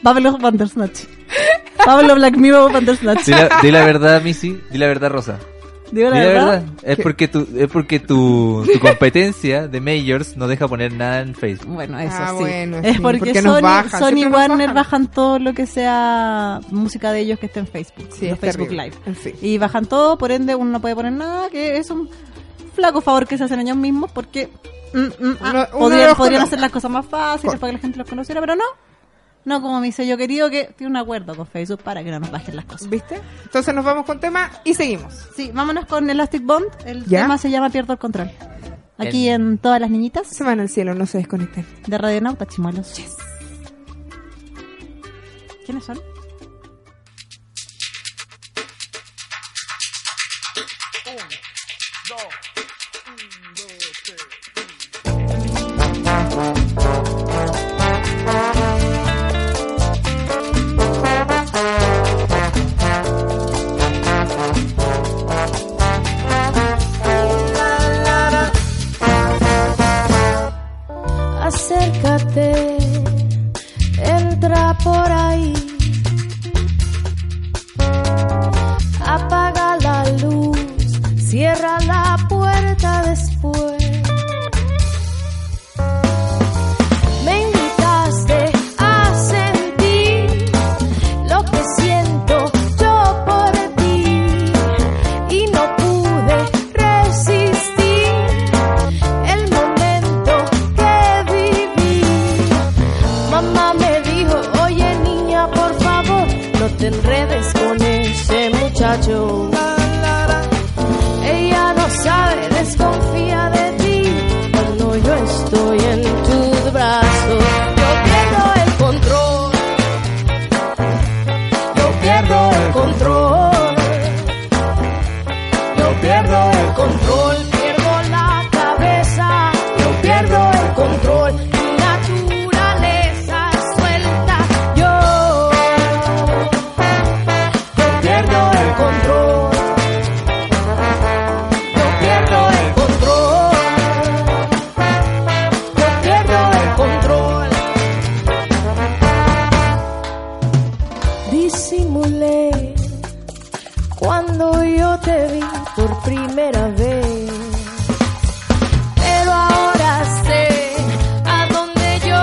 Pablo Bandersnatch. Pablo Black Mirror Bandersnatch. Di la, di la verdad, Missy. Di la verdad, Rosa. Digo la Mira, verdad. Es ¿Qué? porque, tu, es porque tu, tu competencia de Majors no deja poner nada en Facebook. Bueno, eso Ah, sí. bueno, es sí, porque, porque nos Sony, bajan, Sony siempre y nos Warner bajan. bajan. todo lo que sea música de ellos que esté en Facebook, Sí, los es Facebook terrible. Live. Sí. Y bajan todo, por ende uno no puede poner nada, que es un flaco favor que se hacen ellos mismos porque mm, mm, ah, Uno- uno podrían, los podrían cono- hacer las cosas más fáciles Cor- para que la gente los conociera, pero no. No, como me dice yo querido, que tiene un acuerdo con Facebook para que no nos bajen las cosas. ¿Viste? Entonces nos vamos con tema y seguimos. Sí, vámonos con Elastic Bond. El ¿Ya? tema se llama Pierdo el Control. Aquí en Todas las Niñitas Se van al cielo, no se desconecten. de Radio Nauta Chimuelos. ¿Quiénes son? acércate, entra por ahí. Apaga la luz, cierra la puerta después. Me invitaste a sentir lo que siento yo por ti y no pude resistir el momento que viví. Mamá me dijo, oye niña, por favor, no te enredes con ese muchacho. Ella no sabe, desconfía de ti cuando yo estoy en tus brazos. Yo pierdo el control. Yo pierdo el control. Yo pierdo el control, pierdo la cabeza. Yo pierdo el control, mi naturaleza suelta. Yo, yo pierdo el control. Yo pierdo el control. Yo pierdo el control. Disimulé cuando yo te vi por primera vez. Pero ahora sé a dónde yo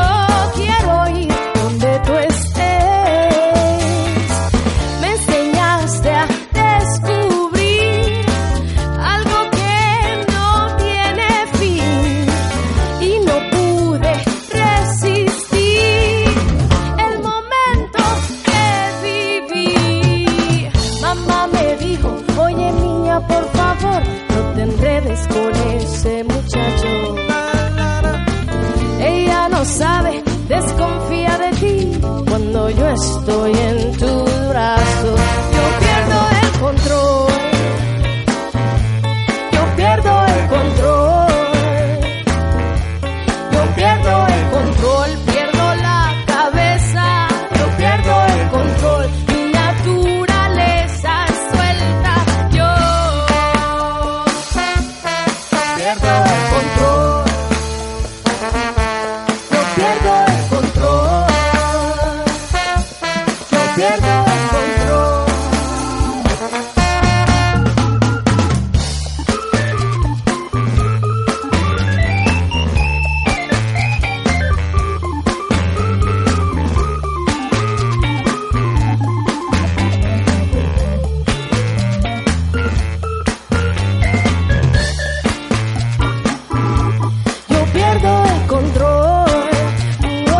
quiero ir, donde tú estés. Me enseñaste a descubrir algo que no tiene fin y no pude resistir el momento que viví. Mamá me dijo, oye niña, por favor, no te enredes con ese muchacho. Ella no sabe, desconfía de ti cuando yo estoy en tu brazo. Yo pierdo el control. Yo pierdo el control. Yo pierdo el control, pierdo la cabeza. Yo pierdo el control, mi naturaleza suelta. Yo pierdo el control. Yo pierdo el control. Yo pierdo el control. Yo pierdo el control.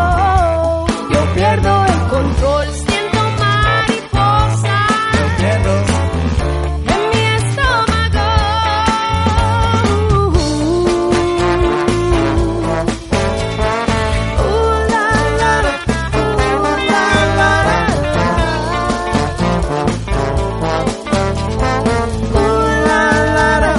Oh, yo pierdo el control. Siento mariposas en mi estómago. Uh, la, la, la, uh, la, la, la. Uh, la, la, la.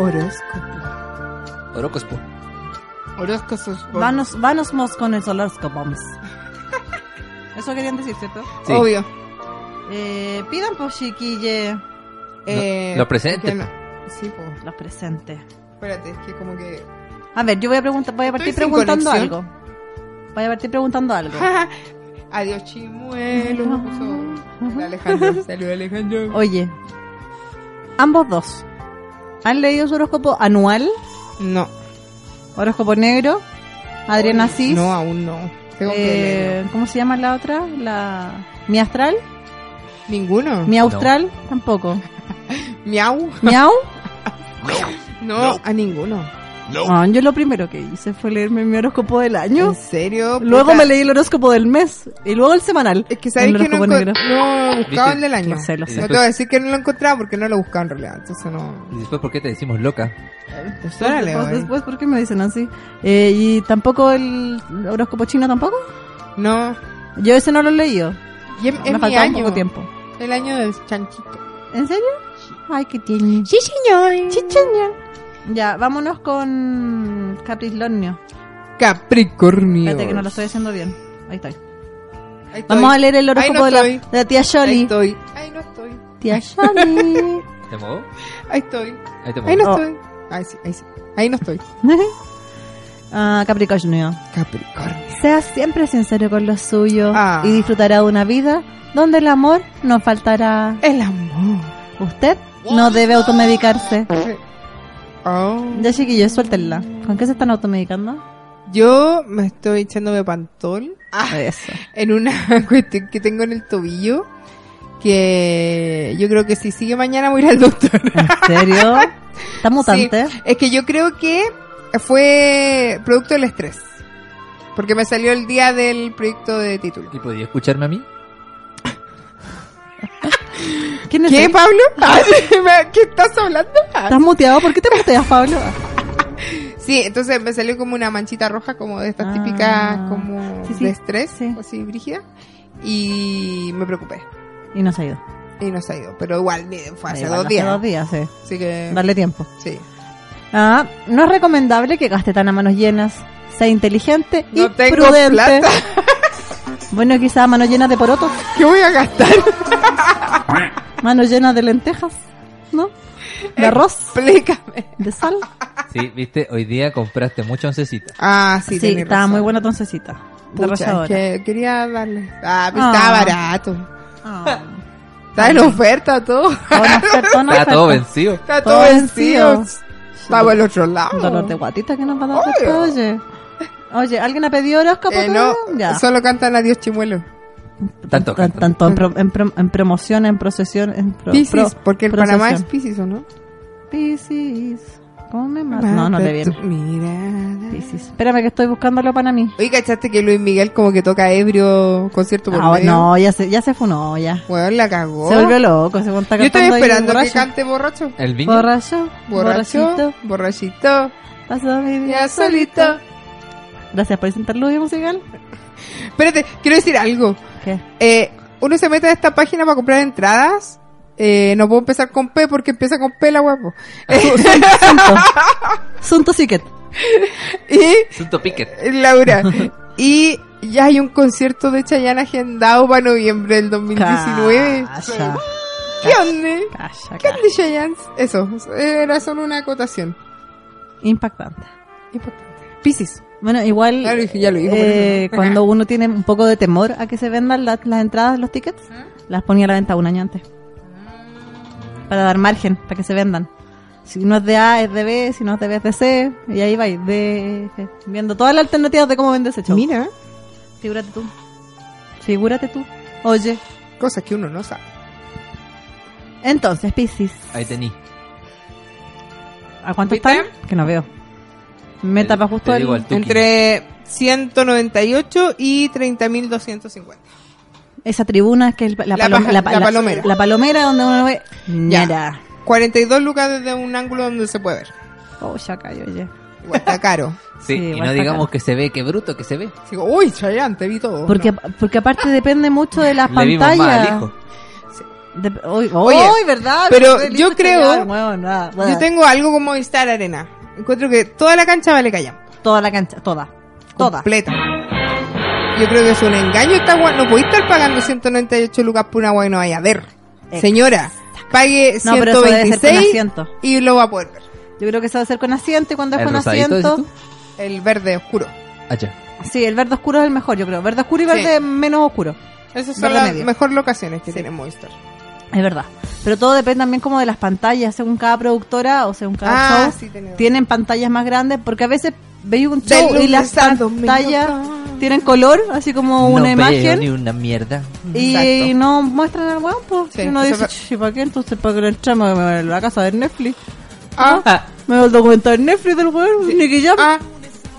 Oye, Horóscopo. Horóscopo. Horóscopo. Vanos, vanosmos con el horóscopo. Eso querían decir, ¿cierto? Sí. Obvio. Eh, pidan por chiquille Eh, lo presente. porque no- Sí, po. los presentes. Espérate, es que como que. A ver, yo voy a, preguntar, voy a partir Estoy sin preguntando algo. conexión. Voy a partir preguntando algo. Adiós, chimuelo. me puso Alejandro. Saludos, Alejandro. Oye, ambos dos, ¿han leído su horóscopo anual? No, Horóscopo negro, Adriana Cis. no, aún no. Tengo que leerlo. eh, ¿Cómo se llama la otra? La... ¿Mi astral? Ninguno. ¿Mi austral? Tampoco. Miau. ¿Miau? No, a ninguno. No, Ah, yo lo primero que hice fue leerme mi horóscopo del año. ¿En serio? Luego Puta. me leí el horóscopo del mes y luego el semanal. Es que sabes El que no, horóscopo encon- negro. no buscaba el del año. Lo sé, lo sé. No te voy a decir que no lo encontraba porque no lo buscaba en realidad. Entonces no. Y después, ¿por qué te decimos loca? Entonces ahora leo, Después, eh. después, Pues, ¿por qué me dicen así? Eh, ¿Y tampoco el horóscopo chino tampoco? No. Yo ese no lo he leído. Y es, Me es mi faltaba un año. poco tiempo. El año del chanchito. ¿En serio? Ay, qué tiene. Sí, señor. Chicheña. Ya, vámonos con Capricornio. Capricornio. Espérate que no lo estoy haciendo bien. Ahí estoy. Ahí estoy. Vamos a leer el horóscopo Ahí no de, la, estoy. de la tía Ahí Yoli. estoy. Ahí no estoy. Tía Yoli. ¿Te muevo? Ahí estoy. Ahí te muevo. Ahí no Oh. estoy. Ahí sí, ahí sí. Ahí no estoy. Ah, Capricornio. Capricornio. Sea siempre sincero con lo suyo Ah. y disfrutará de una vida donde el amor no faltará. El amor. Usted no debe automedicarse. Oh. Ya chiquillos, suéltenla. ¿Con qué se están automedicando? Yo me estoy echando de pantol Eso. en una cuestión que tengo en el tobillo. Que yo creo que si sigue mañana voy a ir al doctor. ¿En serio? ¿Está mutante? Sí, es que yo creo que fue producto del estrés. Porque me salió el día del proyecto de título. ¿Y podía escucharme a mí? ¿Quién es ¿Qué, él? Pablo? Ah, sí, me- ¿Qué estás hablando? Ah, ¿Estás muteado? ¿Por qué te muteas, Pablo? Sí, entonces me salió como una manchita roja, como de estas Ah. típicas, como Sí, sí, de estrés, sí. así, brígida. Y me preocupé. Y no se ha ido. Y no se ha ido. Pero igual, mire, fue hace Igual, dos días. Hace dos días, sí. Así que, Darle tiempo. sí. Ah, no es recomendable que gaste tan a manos llenas. Sea inteligente y No tengo prudente. plata. Bueno, quizá manos llenas de porotos, ¿Qué voy a gastar? manos llenas de lentejas, ¿no? Eh. De arroz, Explícame. de sal. Sí, viste, hoy día compraste mucha oncecita. Ah, sí, Sí, tenés estaba razón. muy buena toncecita. De Pucha, ralladora. es que quería darle. Ah, pero Ah. estaba barato. Ah. Está en oferta todo. Todo en oferta, no Está todo oferta. vencido. Está Todo todo vencido. vencido. Estaba al otro lado. Un dolor de guatita que nos va a dar Obvio. esto, oye. Oye, ¿alguien ha pedido horóscopo? Eh, no, todavía? ya. solo cantan adiós chimuelo. Tanto, Tan- tanto. tanto en, pro- en pro- en promoción, en procesión, en pro, Piscis, pro- porque el Panamá es procesión. Piscis, ¿o no? Piscis. ¿Cómo me mato? Ah, Ah, No, no le viene. Mira. Piscis. Espérame que estoy buscándolo para mí. Oye, ¿cachaste que Luis Miguel como que toca ebrio concierto por Ah, medio? no, ya se, ya se funó, ya. Weón, la cagó. Se volvió loco, se monta ¿Oh? Yo estoy cantando ahí esperando que borracho. cante borracho. El bingo. Borracho, Borracho, borrachito, borrachito, pasó mi día ya solito. Gracias por ese interludio musical. Espérate, quiero decir algo. ¿Qué? Eh, uno se mete a esta página para comprar entradas. Eh, no puedo empezar con P porque empieza con P la guapo. Sunto. Sunto Sicket. y Asunto Piquet. Laura, y ya hay un concierto de Chayanne agendado para noviembre del 2019. Calla, ¿Qué onda? calla, ¿Qué calla. onda Chayanne? Eso, era solo una acotación. Impactante. Importante. Piscis. Bueno, igual Claro, dije, ya lo dijo, eh, cuando uno tiene un poco de temor a que se vendan la- las entradas, los tickets, las ponía a la venta un año antes. Para dar margen, para que se vendan. Si no es de A, es de B, si no es de B, es de C. Y ahí vais, de, viendo todas las alternativas de cómo vender ese show. Mira, Figúrate tú. Figúrate tú. Oye, cosas que uno no sabe. entonces, Piscis, Ahí tení. ¿a cuánto ¿Viste? están? Que no veo. Me Te- tapa justo te el... digo al tuki. Entre 198 y 30.250. esa tribuna que es el- la, La palom- paja- la palomera. La palomera donde uno no ve Ya. nada. 42 lucas desde un ángulo donde se puede ver. Oh, ya cayó, ya. Igual está caro. Sí, Sí, y igual no está digamos caro. que se ve, qué bruto que se ve. Digo, Oh, uy, Chayanne, te vi todo. Porque, No. porque aparte depende mucho de las Le vimos más pantallas. al hijo. de- hoy, Oye, hoy, ¿verdad? pero Estoy yo listo creo- que ya, weón, nada, nada. Yo tengo algo como Movistar Arena. Encuentro que toda la cancha vale callan. toda la cancha, toda. Toda. Completa. Yo creo que es un engaño esta gua- No podéis estar pagando 198 lucas por una agua que no vaya a ver. Exacto. Señora, pague No, pero eso debe ser con 126 asiento. y lo va a poder ver. Yo creo que se va a hacer con asiento y cuando es ¿El con rosadito, asiento. dices El verde oscuro. Ah, ya. Sí, el verde oscuro es el mejor, yo creo. Verde oscuro y Sí. verde menos oscuro. Esas son Verde las medio. mejores locaciones que tiene Movistar. Es verdad. Pero todo depende también como de las pantallas, según cada productora o según cada Ah, show. sí, tenemos. tienen pantallas más grandes porque a veces veis un show lunes y las a domingo. pantallas tienen color, así como no una veo imagen. ni una mierda. Y Exacto. no muestran al weón, pues. Sí, y uno eso dice, es ver- "Ch, ¿para qué? Entonces, ¿para qué le entramos? Me voy a la casa de Netflix. Ah, Ah, Me veo el documental de Netflix del weón, Nicky Jam. ah,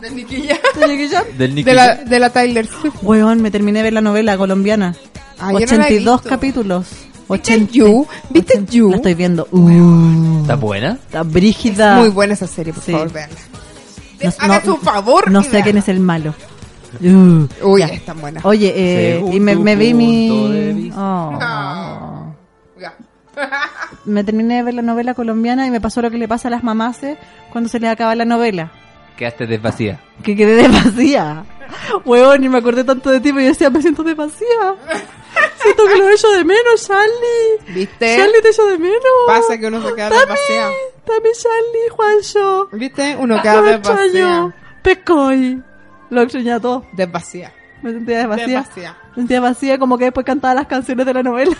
de Nicky Jam. de Nicky Jam. del Nicky De la, de la Tyler Swift. Weón, me terminé de ver la novela colombiana. Ah, yo no la he 82 visto. capítulos. ¿Viste 80. You? ¿Viste 80. You? La estoy viendo. Uh, ¿Está buena? está brígida. Muy buena esa serie, por Sí. favor, veanla. No- Haga no- su favor. No y sé véanla. quién es el malo. Uh, Uy, ya. es tan buena. Oye, eh, Según y me, tu me vi punto de mi... vista. Oh. Ya. me terminé de ver la novela colombiana y me pasó lo que le pasa a las mamás eh, cuando se les acaba la novela. Quedaste desvacía. Que quedé desvacía. Huevón, y me acordé tanto de ti, pero yo decía, me siento desvacía. Siento que lo echo de menos, Charlie. ¿Viste? Charlie te echo de menos. Pasa que uno se queda Dame, desvacía. Dame, Charlie, Juancho. ¿Viste? Uno queda Lo desvacía. extraño. Pescoy. Lo extrañé a todo. Desvacía. Me sentía desvacía. Desvacía. Me sentía vacía como que después cantaba las canciones de la novela.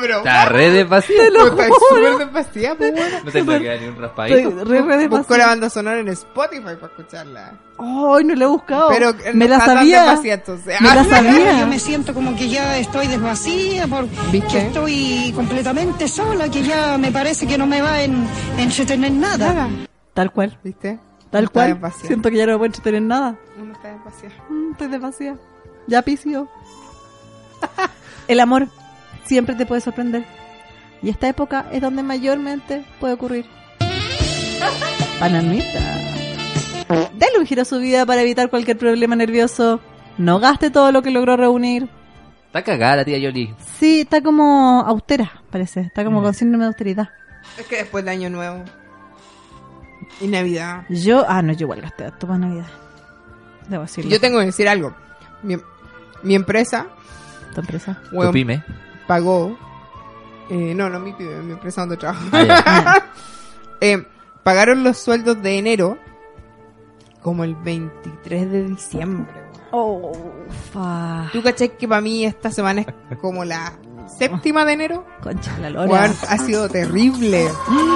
pero. Está re desvacía. Te lo puta, es juro. súper desvacía, pues bueno. No te puede quedar ni un raspadito. Estoy re, re Busco la desvacía. banda sonora en Spotify para escucharla. Ay, no la he buscado. Pero me no la está tan sabía. desvacía, entonces. Me la sabía. siento como que ya estoy desvacía, porque ¿Viste? estoy completamente sola, que ya me parece que no me va a en, entretener nada. Tal cual, ¿Viste? Uno tal está cual. desvacía. Siento que ya no me puedo entretener en nada. Uno está desvacía. Mm, estoy desvacía. Ya pisio. El amor siempre te puede sorprender. Y esta época es donde mayormente puede ocurrir. Panamita. Dale un giro a su vida para evitar cualquier problema nervioso. No gaste todo lo que logró reunir. Está cagada la tía Yoli. Sí, está como austera, parece. Está Mm. como con síndrome de austeridad. Es que después de Año Nuevo. Y Navidad. Yo, ah, no, yo igual gasté harto para Navidad. Debo decirlo. Yo tengo que decir algo. Mi, mi empresa, Esta empresa. Tu weón, pyme. pagó. eh, no, no mi pyme, mi empresa donde trabajo. Ah, ya. Eh, pagaron los sueldos de enero como el 23 de diciembre. weón. Oh, fa. ¿Tú caché que para mí esta semana es como la séptima de enero? Concha la lora. Weón, ha sido terrible.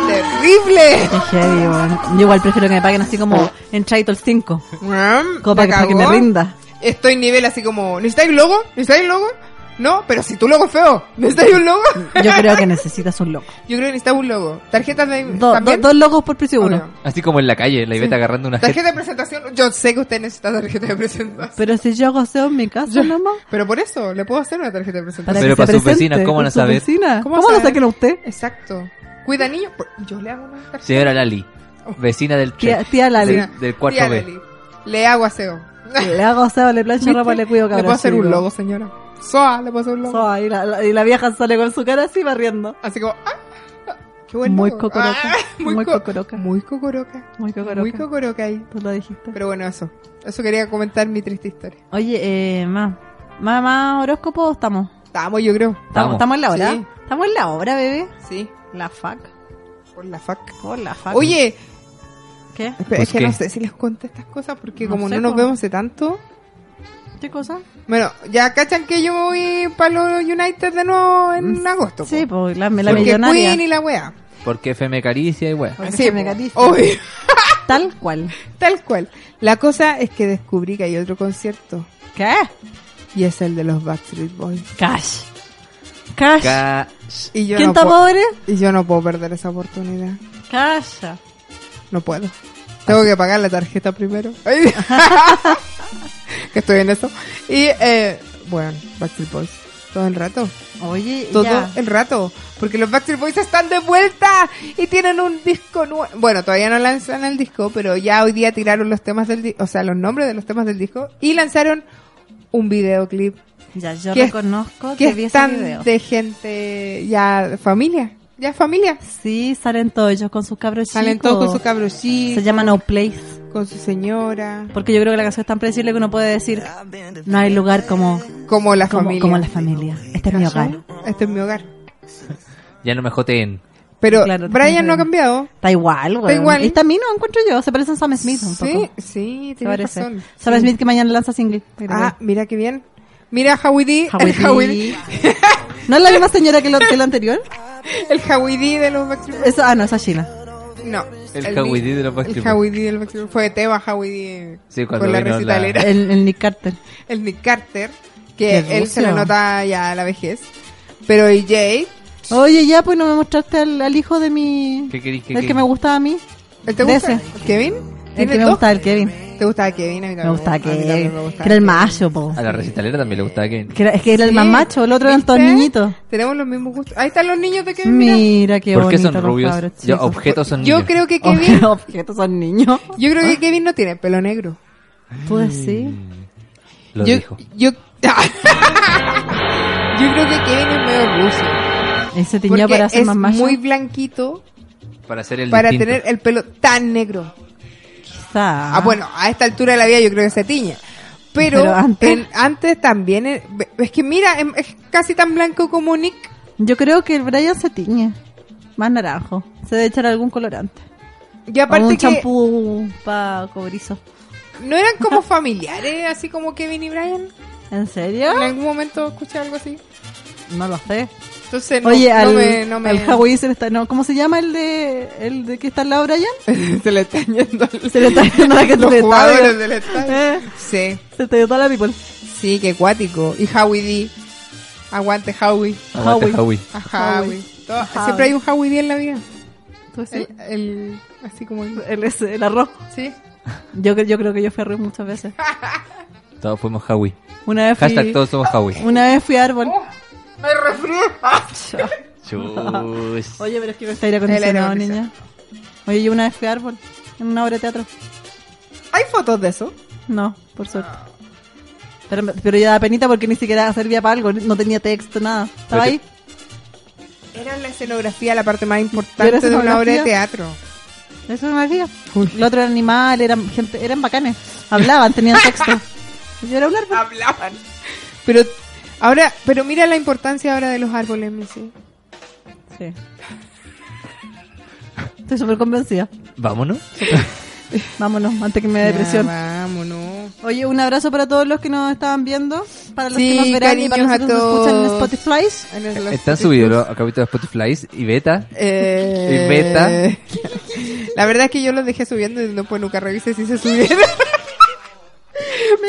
¡Terrible! Qué heavy, weón. Yo igual prefiero que me paguen así como en Chaito el 5. Weón, Como me para que, para que me Oh. cagó. rinda. Estoy nivel así como, ¿necesitáis un logo? ¿Necesitáis un logo? No, pero si tu logo es feo, ¿necesitáis un logo? Yo creo que necesitas un loco. Yo creo que necesitas un logo. Tarjetas de... Do- do- ¿también? dos locos por precio Obvio. uno. Así como en la calle, la Iveta agarrando una Tarjeta gente. de presentación. Yo sé que usted necesita tarjeta de presentación. Pero si yo hago SEO en mi casa nomás. Pero por eso, le puedo hacer una tarjeta de Para presentación. Pero que para se sus vecinas, presente ¿cómo con van a su saber? vecina. ¿Cómo ¿Cómo, van a lo saber? saquen a usted? Exacto. Cuida niños. por- Yo le hago una tarjeta. Señora Lali. Vecina del Tía, tren. tía Lali. Del- del cuarto Tía B. Lali, Le hago aseo. Le hago SEO, le plancho ropa, le cuido Le cabrón. puedo hacer un chico. logo, señora. Soa, le puedo hacer un logo. So, y, la, la- y la vieja sale con su cara así barriendo. Así como, ah, ah, qué bueno. Muy cocoroca, muy, muy co- cocoroca. Muy cocoroca. Muy cocoroca. Muy cocoroca ahí. Tú lo dijiste. Pero bueno, eso. Eso quería comentar mi triste historia. Oye, eh, ma. Ma, ma, horóscopo, estamos. Estamos, yo creo. Estamos, Estamos. estamos en la hora. Sí. Estamos en la hora, bebé. Sí. La fuck. Por la fac. Por la fuck. Oye, ¿Qué? espera, Pues es que qué. no sé si les conté estas cosas porque No como sé, no nos po. vemos hace tanto. ¿Qué cosa? Bueno, ya cachan que yo me voy para los United de nuevo en agosto. Mm, Sí, po. pues la, la porque Queen millonaria. y la wea. Porque FM Caricia y weá. Porque Sí, se po. me catiza. Obvio. Tal cual. Tal cual. La cosa es que descubrí que hay otro concierto ¿Qué? y es el de los Backstreet Boys. Cash. Cash. Ca- Y yo ¿Quién no está puedo- pobre? Y yo no puedo perder esa oportunidad. Cash. No puedo. Ah, Tengo que pagar la tarjeta primero. Ay, que estoy en eso. Y, eh, bueno, Backstreet Boys. Todo el rato. Oye, Todo ya. el rato. Porque los Backstreet Boys están de vuelta y tienen un disco nuevo. Bueno, todavía no lanzan el disco, pero ya hoy día tiraron los temas del disco, o sea, los nombres de los temas del disco y lanzaron un videoclip Ya, yo ¿Qué- reconozco ¿Qué que vi ese video. están de gente ya familia? ¿Ya familia? Sí, salen todos ellos con sus cabros chicos. Salen todos con su cabrochito. Se llama No Place. Con su señora. Porque yo creo que la canción es tan predecible que uno puede decir, no hay lugar como... Como la como, familia. Como la familia. Este es mi hogar. Este es mi hogar. Ya no me joteen. Pero Claro, Brian no ha tiene- cambiado. Está igual, güey. igual. Y también no encuentro yo. Se parece a Sam Smith un Sí, poco. sí, Se tiene parece. razón. Sam Sí. Smith que mañana lanza single. Ah, mira qué bien. Mira Howie D, Howie el D. Howie D, ¿No es la misma señora que lo, que lo anterior? el Howie D de los Backstreet Boys. Eso, ah, no, esa es China. No. El Howie D de los Backstreet El Boys. Howie D de los Backstreet Boys. Fue Teba Howie D Sí, cuando con la vino la- recitalera. El, el Nick Carter. El Nick Carter, que Eh. Qué él se rucio. le nota ya la vejez. Pero y Jay, Oye, ya, pues no me mostraste al, al hijo de mi... ¿Qué querís que el que me gustaba a mí. ¿él te De gusta? ese. ¿Kevin? El ¿Tiene que me dos? gustaba, el Kevin. ¿Te gustaba Kevin? A mí Me también gustaba a mí también Kevin. me gustaba Que era el macho, po. A la recitalera también le gustaba Kevin. Que, era, es que era el Sí, más macho, el otro eran todos ¿viste? niñitos. Tenemos los mismos gustos. Ahí están los niños de Kevin. mira. Mira qué ¿Por qué bonito son los rubios? cabros Ya, chicos. objetos son Yo niños. creo que Kevin, Obje- objetos son niños. yo creo Ah. que Kevin no tiene pelo negro. Tú decís. Lo yo, dijo. Yo, yo creo que Kevin es medio ruso. Ese tiñó Porque para ser es más macho. muy blanquito Para hacer el para distinto. tener el pelo tan negro. Quizá. Ah, bueno, a esta altura de la vida yo creo que se tiñe. Pero, Pero antes- antes, antes también... eh, Es que mira, em- es casi tan blanco como Nick. Yo creo que el Brian se tiñe. Más naranjo. Se debe echar algún colorante. Y O aparte un que champú para cobrizo. no eran como familiares, así como Kevin y Brian. ¿En serio? En algún momento escuché algo así. No lo sé. Entonces no, Oye, no al, me... No me al Howie se le está... No, ¿Cómo se llama el de, el de que está al lado de Brian? se le está yendo... al- Se le está yendo la que los se le está- jugadores del estadio. Eh, Sí. se te dio toda la people. Sí, qué cuático. Y Howie D. Aguante Howie. Aguante, Howie. Howie. A Howie. Howie. Todo- Howie. Siempre hay un Howie D en la vida. ¿Tú decís? El, el- así como el... Eh, El, ese, el arroz. Sí. Yo, cre- yo creo que yo fui arroz muchas veces. Todos fuimos Howie. Una vez fui, Hashtag todos somos Howie. una vez fui árbol. Me refriega. Chus. Oye, pero es que está aire El aire acondicionado, acondicionado. niña. Oye, yo una vez fui árbol en una obra de teatro. ¿Hay fotos de eso? No, por suerte. Ah. Pero, me- pero ya da penita porque ni siquiera servía para algo, no tenía texto, nada. Estaba Pero ahí. te- Era la escenografía la parte más Era importante de una obra de escenografía. teatro. Eso me olvida. Lo otro era animal, eran gente, eran bacanes. Hablaban, tenían texto. Yo era un árbol. Hablaban. Pero ahora, pero mira la importancia ahora de los árboles, Missy. Sí. Estoy súper convencida. Vámonos. Vámonos, antes que me dé depresión. Vámonos. Oye, un abrazo para todos los que nos estaban viendo, para los Sí, que nos verán y para los cariños que a nos escuchan en todos. Spotify. Ahí nos los- Están subidos los capítulos de Spotify y Beta. Eh, Y beta. La verdad es que yo los dejé subiendo y no pues nunca revisé si se subieron.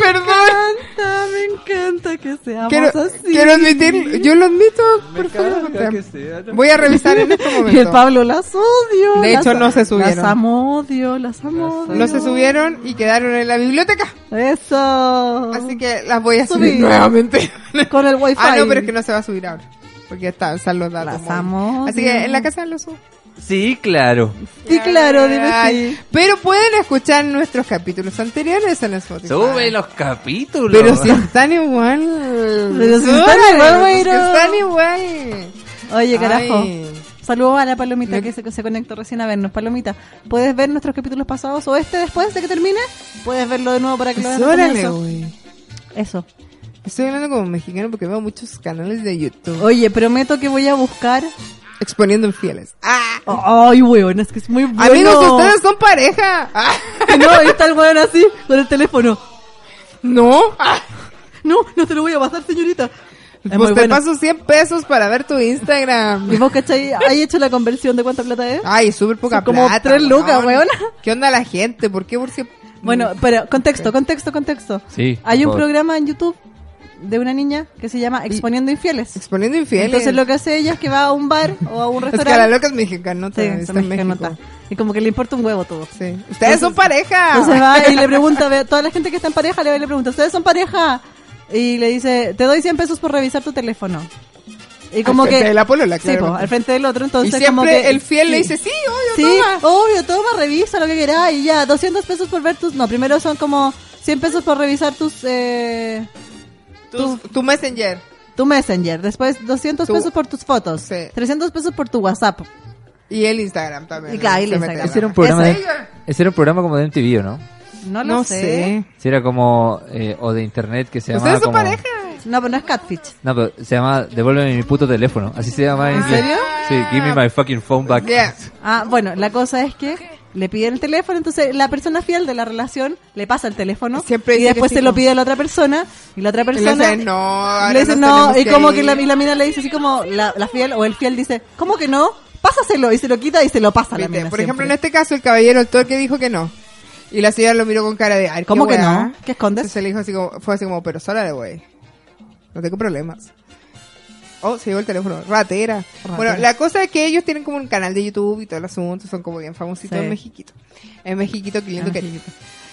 Perdón. encanta, me encanta que seamos Quiero, así. quiero admitir, yo lo admito perfectamente. Voy a revisar en este Y el momento. Pablo las odio. De las- hecho, no se subieron. Las amo, odio, las amo. No se subieron y quedaron en la biblioteca. Eso. Así que las voy a Subí. subir nuevamente. Con el wifi. Ah, no, pero es que no se va a subir ahora. Porque ya está- están los datos. Las móviles. amo, Así Dios. que en la casa los subo. Sí, claro. Sí, claro, dime Ay, sí. Pero pueden escuchar nuestros capítulos anteriores en Spotify. Sube los capítulos. Pero si están igual. Pero si Súbale, están igual, pues, que güero. Están igual. Oye, carajo. Ay. Saludos a la Palomita Me- que se, se conectó recién a vernos. Palomita, ¿puedes ver nuestros capítulos pasados o este después de que termine? Puedes verlo de nuevo para que lo Pues, veas. desde el órale, comienzo. güey. Eso. Estoy hablando como mexicano porque veo muchos canales de YouTube Oye, prometo que voy a buscar. exponiendo infieles. ¡Ah! Ay, weón, es que es muy bueno. Amigos, ustedes son pareja. Ah, No, ahí está el weón así, con el teléfono. No. Ah, No, no te lo voy a pasar, señorita. Es muy pues te bueno. paso 100 pesos para ver tu Instagram. Y vos, ¿cachai? ¿Hay hecho la conversión de cuánta plata es? Ay, súper poca Son como plata. tres lucas, weón. ¿Qué onda la gente? ¿Por qué? Por si... Bueno, pero contexto, contexto, contexto. Sí, por Hay un favor. programa en YouTube de una niña que se llama Exponiendo Infieles. Exponiendo infieles. Entonces lo que hace ella es que va a un bar o a un Es que la restaurante. loca es mexicana, Sí, está son en mexicanos, México. Ah. ta. Y como que le importa un huevo todo. Sí. Ustedes son pareja. Entonces va y le pregunta, ve- toda la gente que está en pareja le va y le pregunta, ¿ustedes son pareja? Y le dice, te doy 100 pesos por revisar tu teléfono. Y como Al que... frente de la polola, sí, po, claramente. al frente del otro, Y entonces siempre como que... el fiel le sí. dice, sí, obvio, Sí, toma. obvio, toma, revisa lo que querás y ya, 200 pesos por ver tus... No, primero son como 100 pesos por revisar tus... Eh, Tu, tu messenger. Tu Messenger. Después 200 pesos por tus fotos. 300 pesos por tu WhatsApp. Y el Instagram también. Y claro, y el Se mete Instagram. Ese era un programa, Ese- de, ese era un programa como de MTV, ¿o ¿no? No lo No sé. Si era como, eh, o de internet que se llamaba ¿Ustedes son como... pareja? No, pero no es catfish. No, pero se llama Devuélveme mi puto teléfono. Así se llama. en ¿En inglés. serio? Sí, give me my fucking phone back. Ah, bueno, la cosa es que le piden el teléfono, entonces la persona fiel de la relación le pasa el teléfono Siempre y dice después que se sí, lo ¿no? pide a la otra persona y la otra le persona dice, "No, ahora le dice, nos no", tenemos y que como ir. que la, y la mina le dice así como la, la fiel o el fiel dice, ¿cómo que no? Pásaselo y se lo quita y se lo pasa a la Viste, mina. Por ejemplo, en este caso, el caballero, el torque dijo que no. Y la señora lo miró con cara de, ay, ¿Cómo qué que weá". no? ¿Qué escondes? Entonces le dijo así como, fue así como, pero sola de güey. No tengo problemas. Oh, se llevó el teléfono. Ratera. Bueno, la cosa es que ellos tienen como un canal de YouTube y todo el asunto. Son como bien famositos Sí. en Mexiquito. En Mexiquito, que lindo En que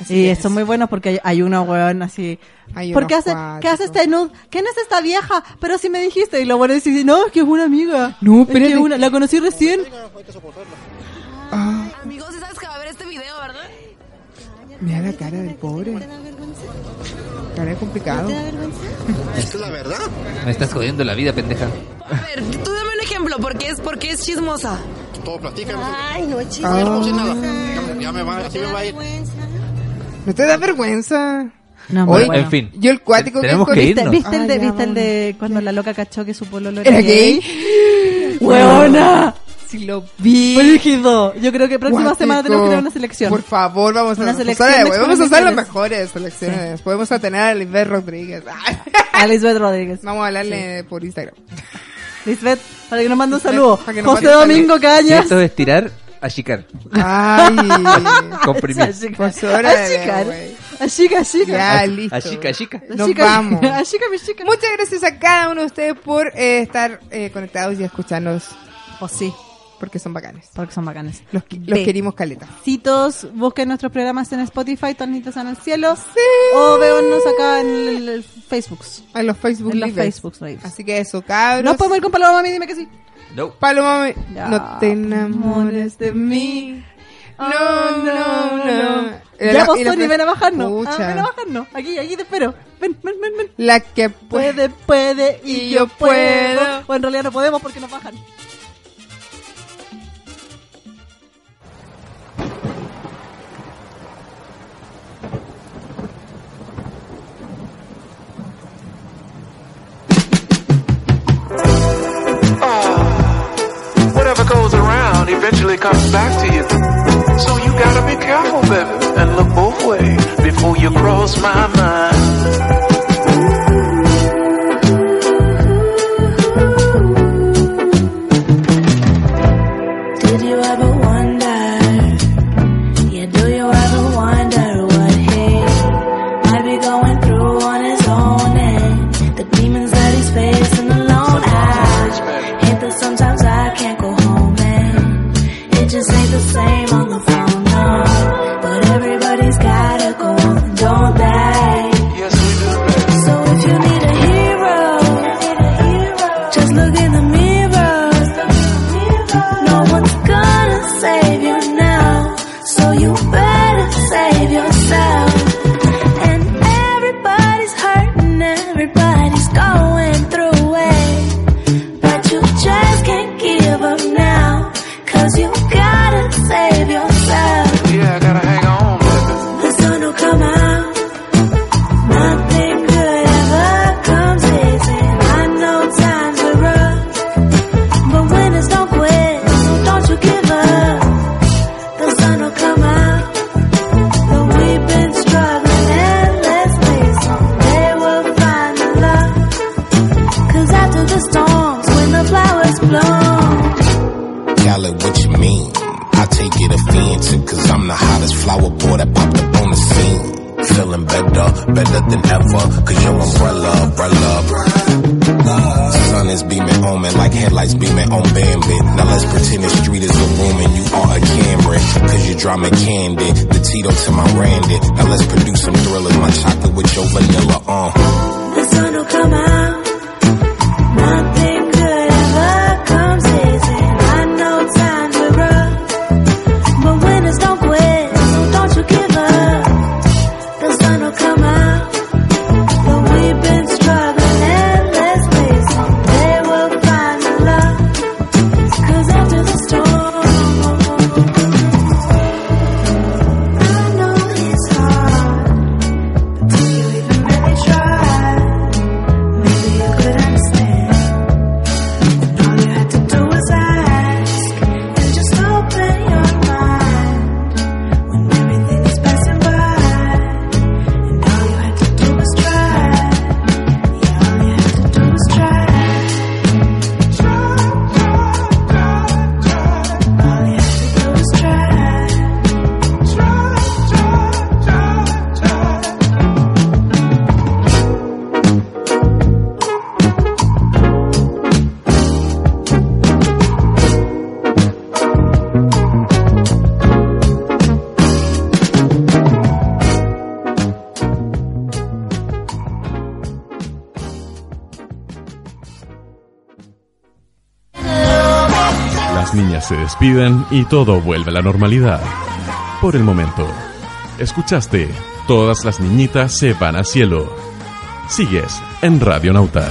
Así Y que son muy buenos porque hay, hay uno, weón, así. Hay ¿Por unos qué hace, ¿qué hace este nude? ¿Quién es esta vieja? Pero si me dijiste. Y lo bueno es decir, no, es que es una amiga. No, pero espérate. la conocí recién. Amigos, ¿sabes que va a haber este video, verdad? Mira la cara del pobre. Cara de complicado. Es la verdad. Me estás jodiendo la vida, pendeja. A ver, tú dame un ejemplo, porque es, porque es chismosa. Todo platica. Ay, no, chismosa. No sé nada. Ya me- Ya me va, así me va a ir. ¿No te da vergüenza? No, Oye, bueno. En fin. Yo el cuático Tenemos que que escogiste- irnos. ¿Viste, Ay, el de, ya, ¿viste el vámonos. de cuando la loca cachó que su pololo ¿Era gay? ¡Huevona! Si lo vi. Brígido. Yo creo que próxima Guático. semana tenemos que tener una selección. Por favor, vamos a Una usar- selección usar- Vamos de a usar las experimentaciones. mejores selecciones. Podemos atener a Lisbeth Rodríguez. Ay, A Lisbeth Rodríguez. Vamos a hablarle por Instagram. Lisbeth, para que nos mande un saludo. Para que nos José mande un Domingo saludo. Si Cañas. esto es tirar, achicar. Ay. Comprimir. Profesora de Achicar. güey. Achica, achica. Ya, listo. Achica, achica. Nos Achica, vamos. achica, mi chica. Muchas gracias a cada uno de ustedes por eh, estar eh, conectados y escucharnos. O sí. Porque son bacanes. Porque son bacanes. Los, qui- los Ve. querimos caleta. Besitos, busquen nuestros programas en Spotify, Tornitos en el Cielo. O véannos acá en el, el Facebook. En los Facebook En los Lives. Facebook Lives. Así que eso, cabros. Nos podemos ir con Paloma Mami, dime que sí. No. Paloma, me- Ya, no te enamores de mí. No, Ah, no, no. Y Ah, Ya la- vos, y la Tony, frase- ven a bajarnos. Ah, Pucha. ven a bajarnos. Aquí, aquí te espero. Ven, ven, ven, ven. La que puede. Puede, puede y, Y yo yo puedo. puedo. O en realidad no podemos porque nos bajan. Whatever goes around eventually comes back to you. So you gotta be careful, baby, and look both ways before you cross my mind. Did you ever wonder? Yeah, do you ever wonder what he might be going through on his own and the demons that he's facing alone? I hate that sometimes I can't go home and it just ain't the same on the phone, no. But everybody's gotta go, don't they? Yes, we do. So if you need a hero, just look in the mirror. No one's gonna save you now, so you better save yourself. And everybody's hurting, everybody's going through it. But you just can't give up now, cause you gotta save yourself. Yeah, I gotta hang on, baby. The sun will come out, nothing good ever comes easy. I know times are rough, but winners don't quit, so don't you give up. The sun will come out, though we've been struggling endlessly, someday we'll find the love. Cause after the storms, when the flowers bloom, Gala, what you mean? I take it offensive, cause I'm the hottest flower boy that popped up on the scene. Feeling better, better than ever, cause your umbrella, umbrella. Sun is beaming on me like headlights beaming on Bambit. Now let's pretend the street is a room and you are a camera. Cause you drama candid, the Tito to my Randy. Now let's produce some thrillers, my chocolate with your vanilla, uh. the sun will come out. Nothing good ever comes easy. I know times are rough, but winners don't quit. So don't you give up. The sun will come out. Though we've been struggling Las niñas se despiden y todo vuelve a la normalidad. Por el momento, escuchaste Todas las niñitas se van al cielo. Sigues en Radionauta.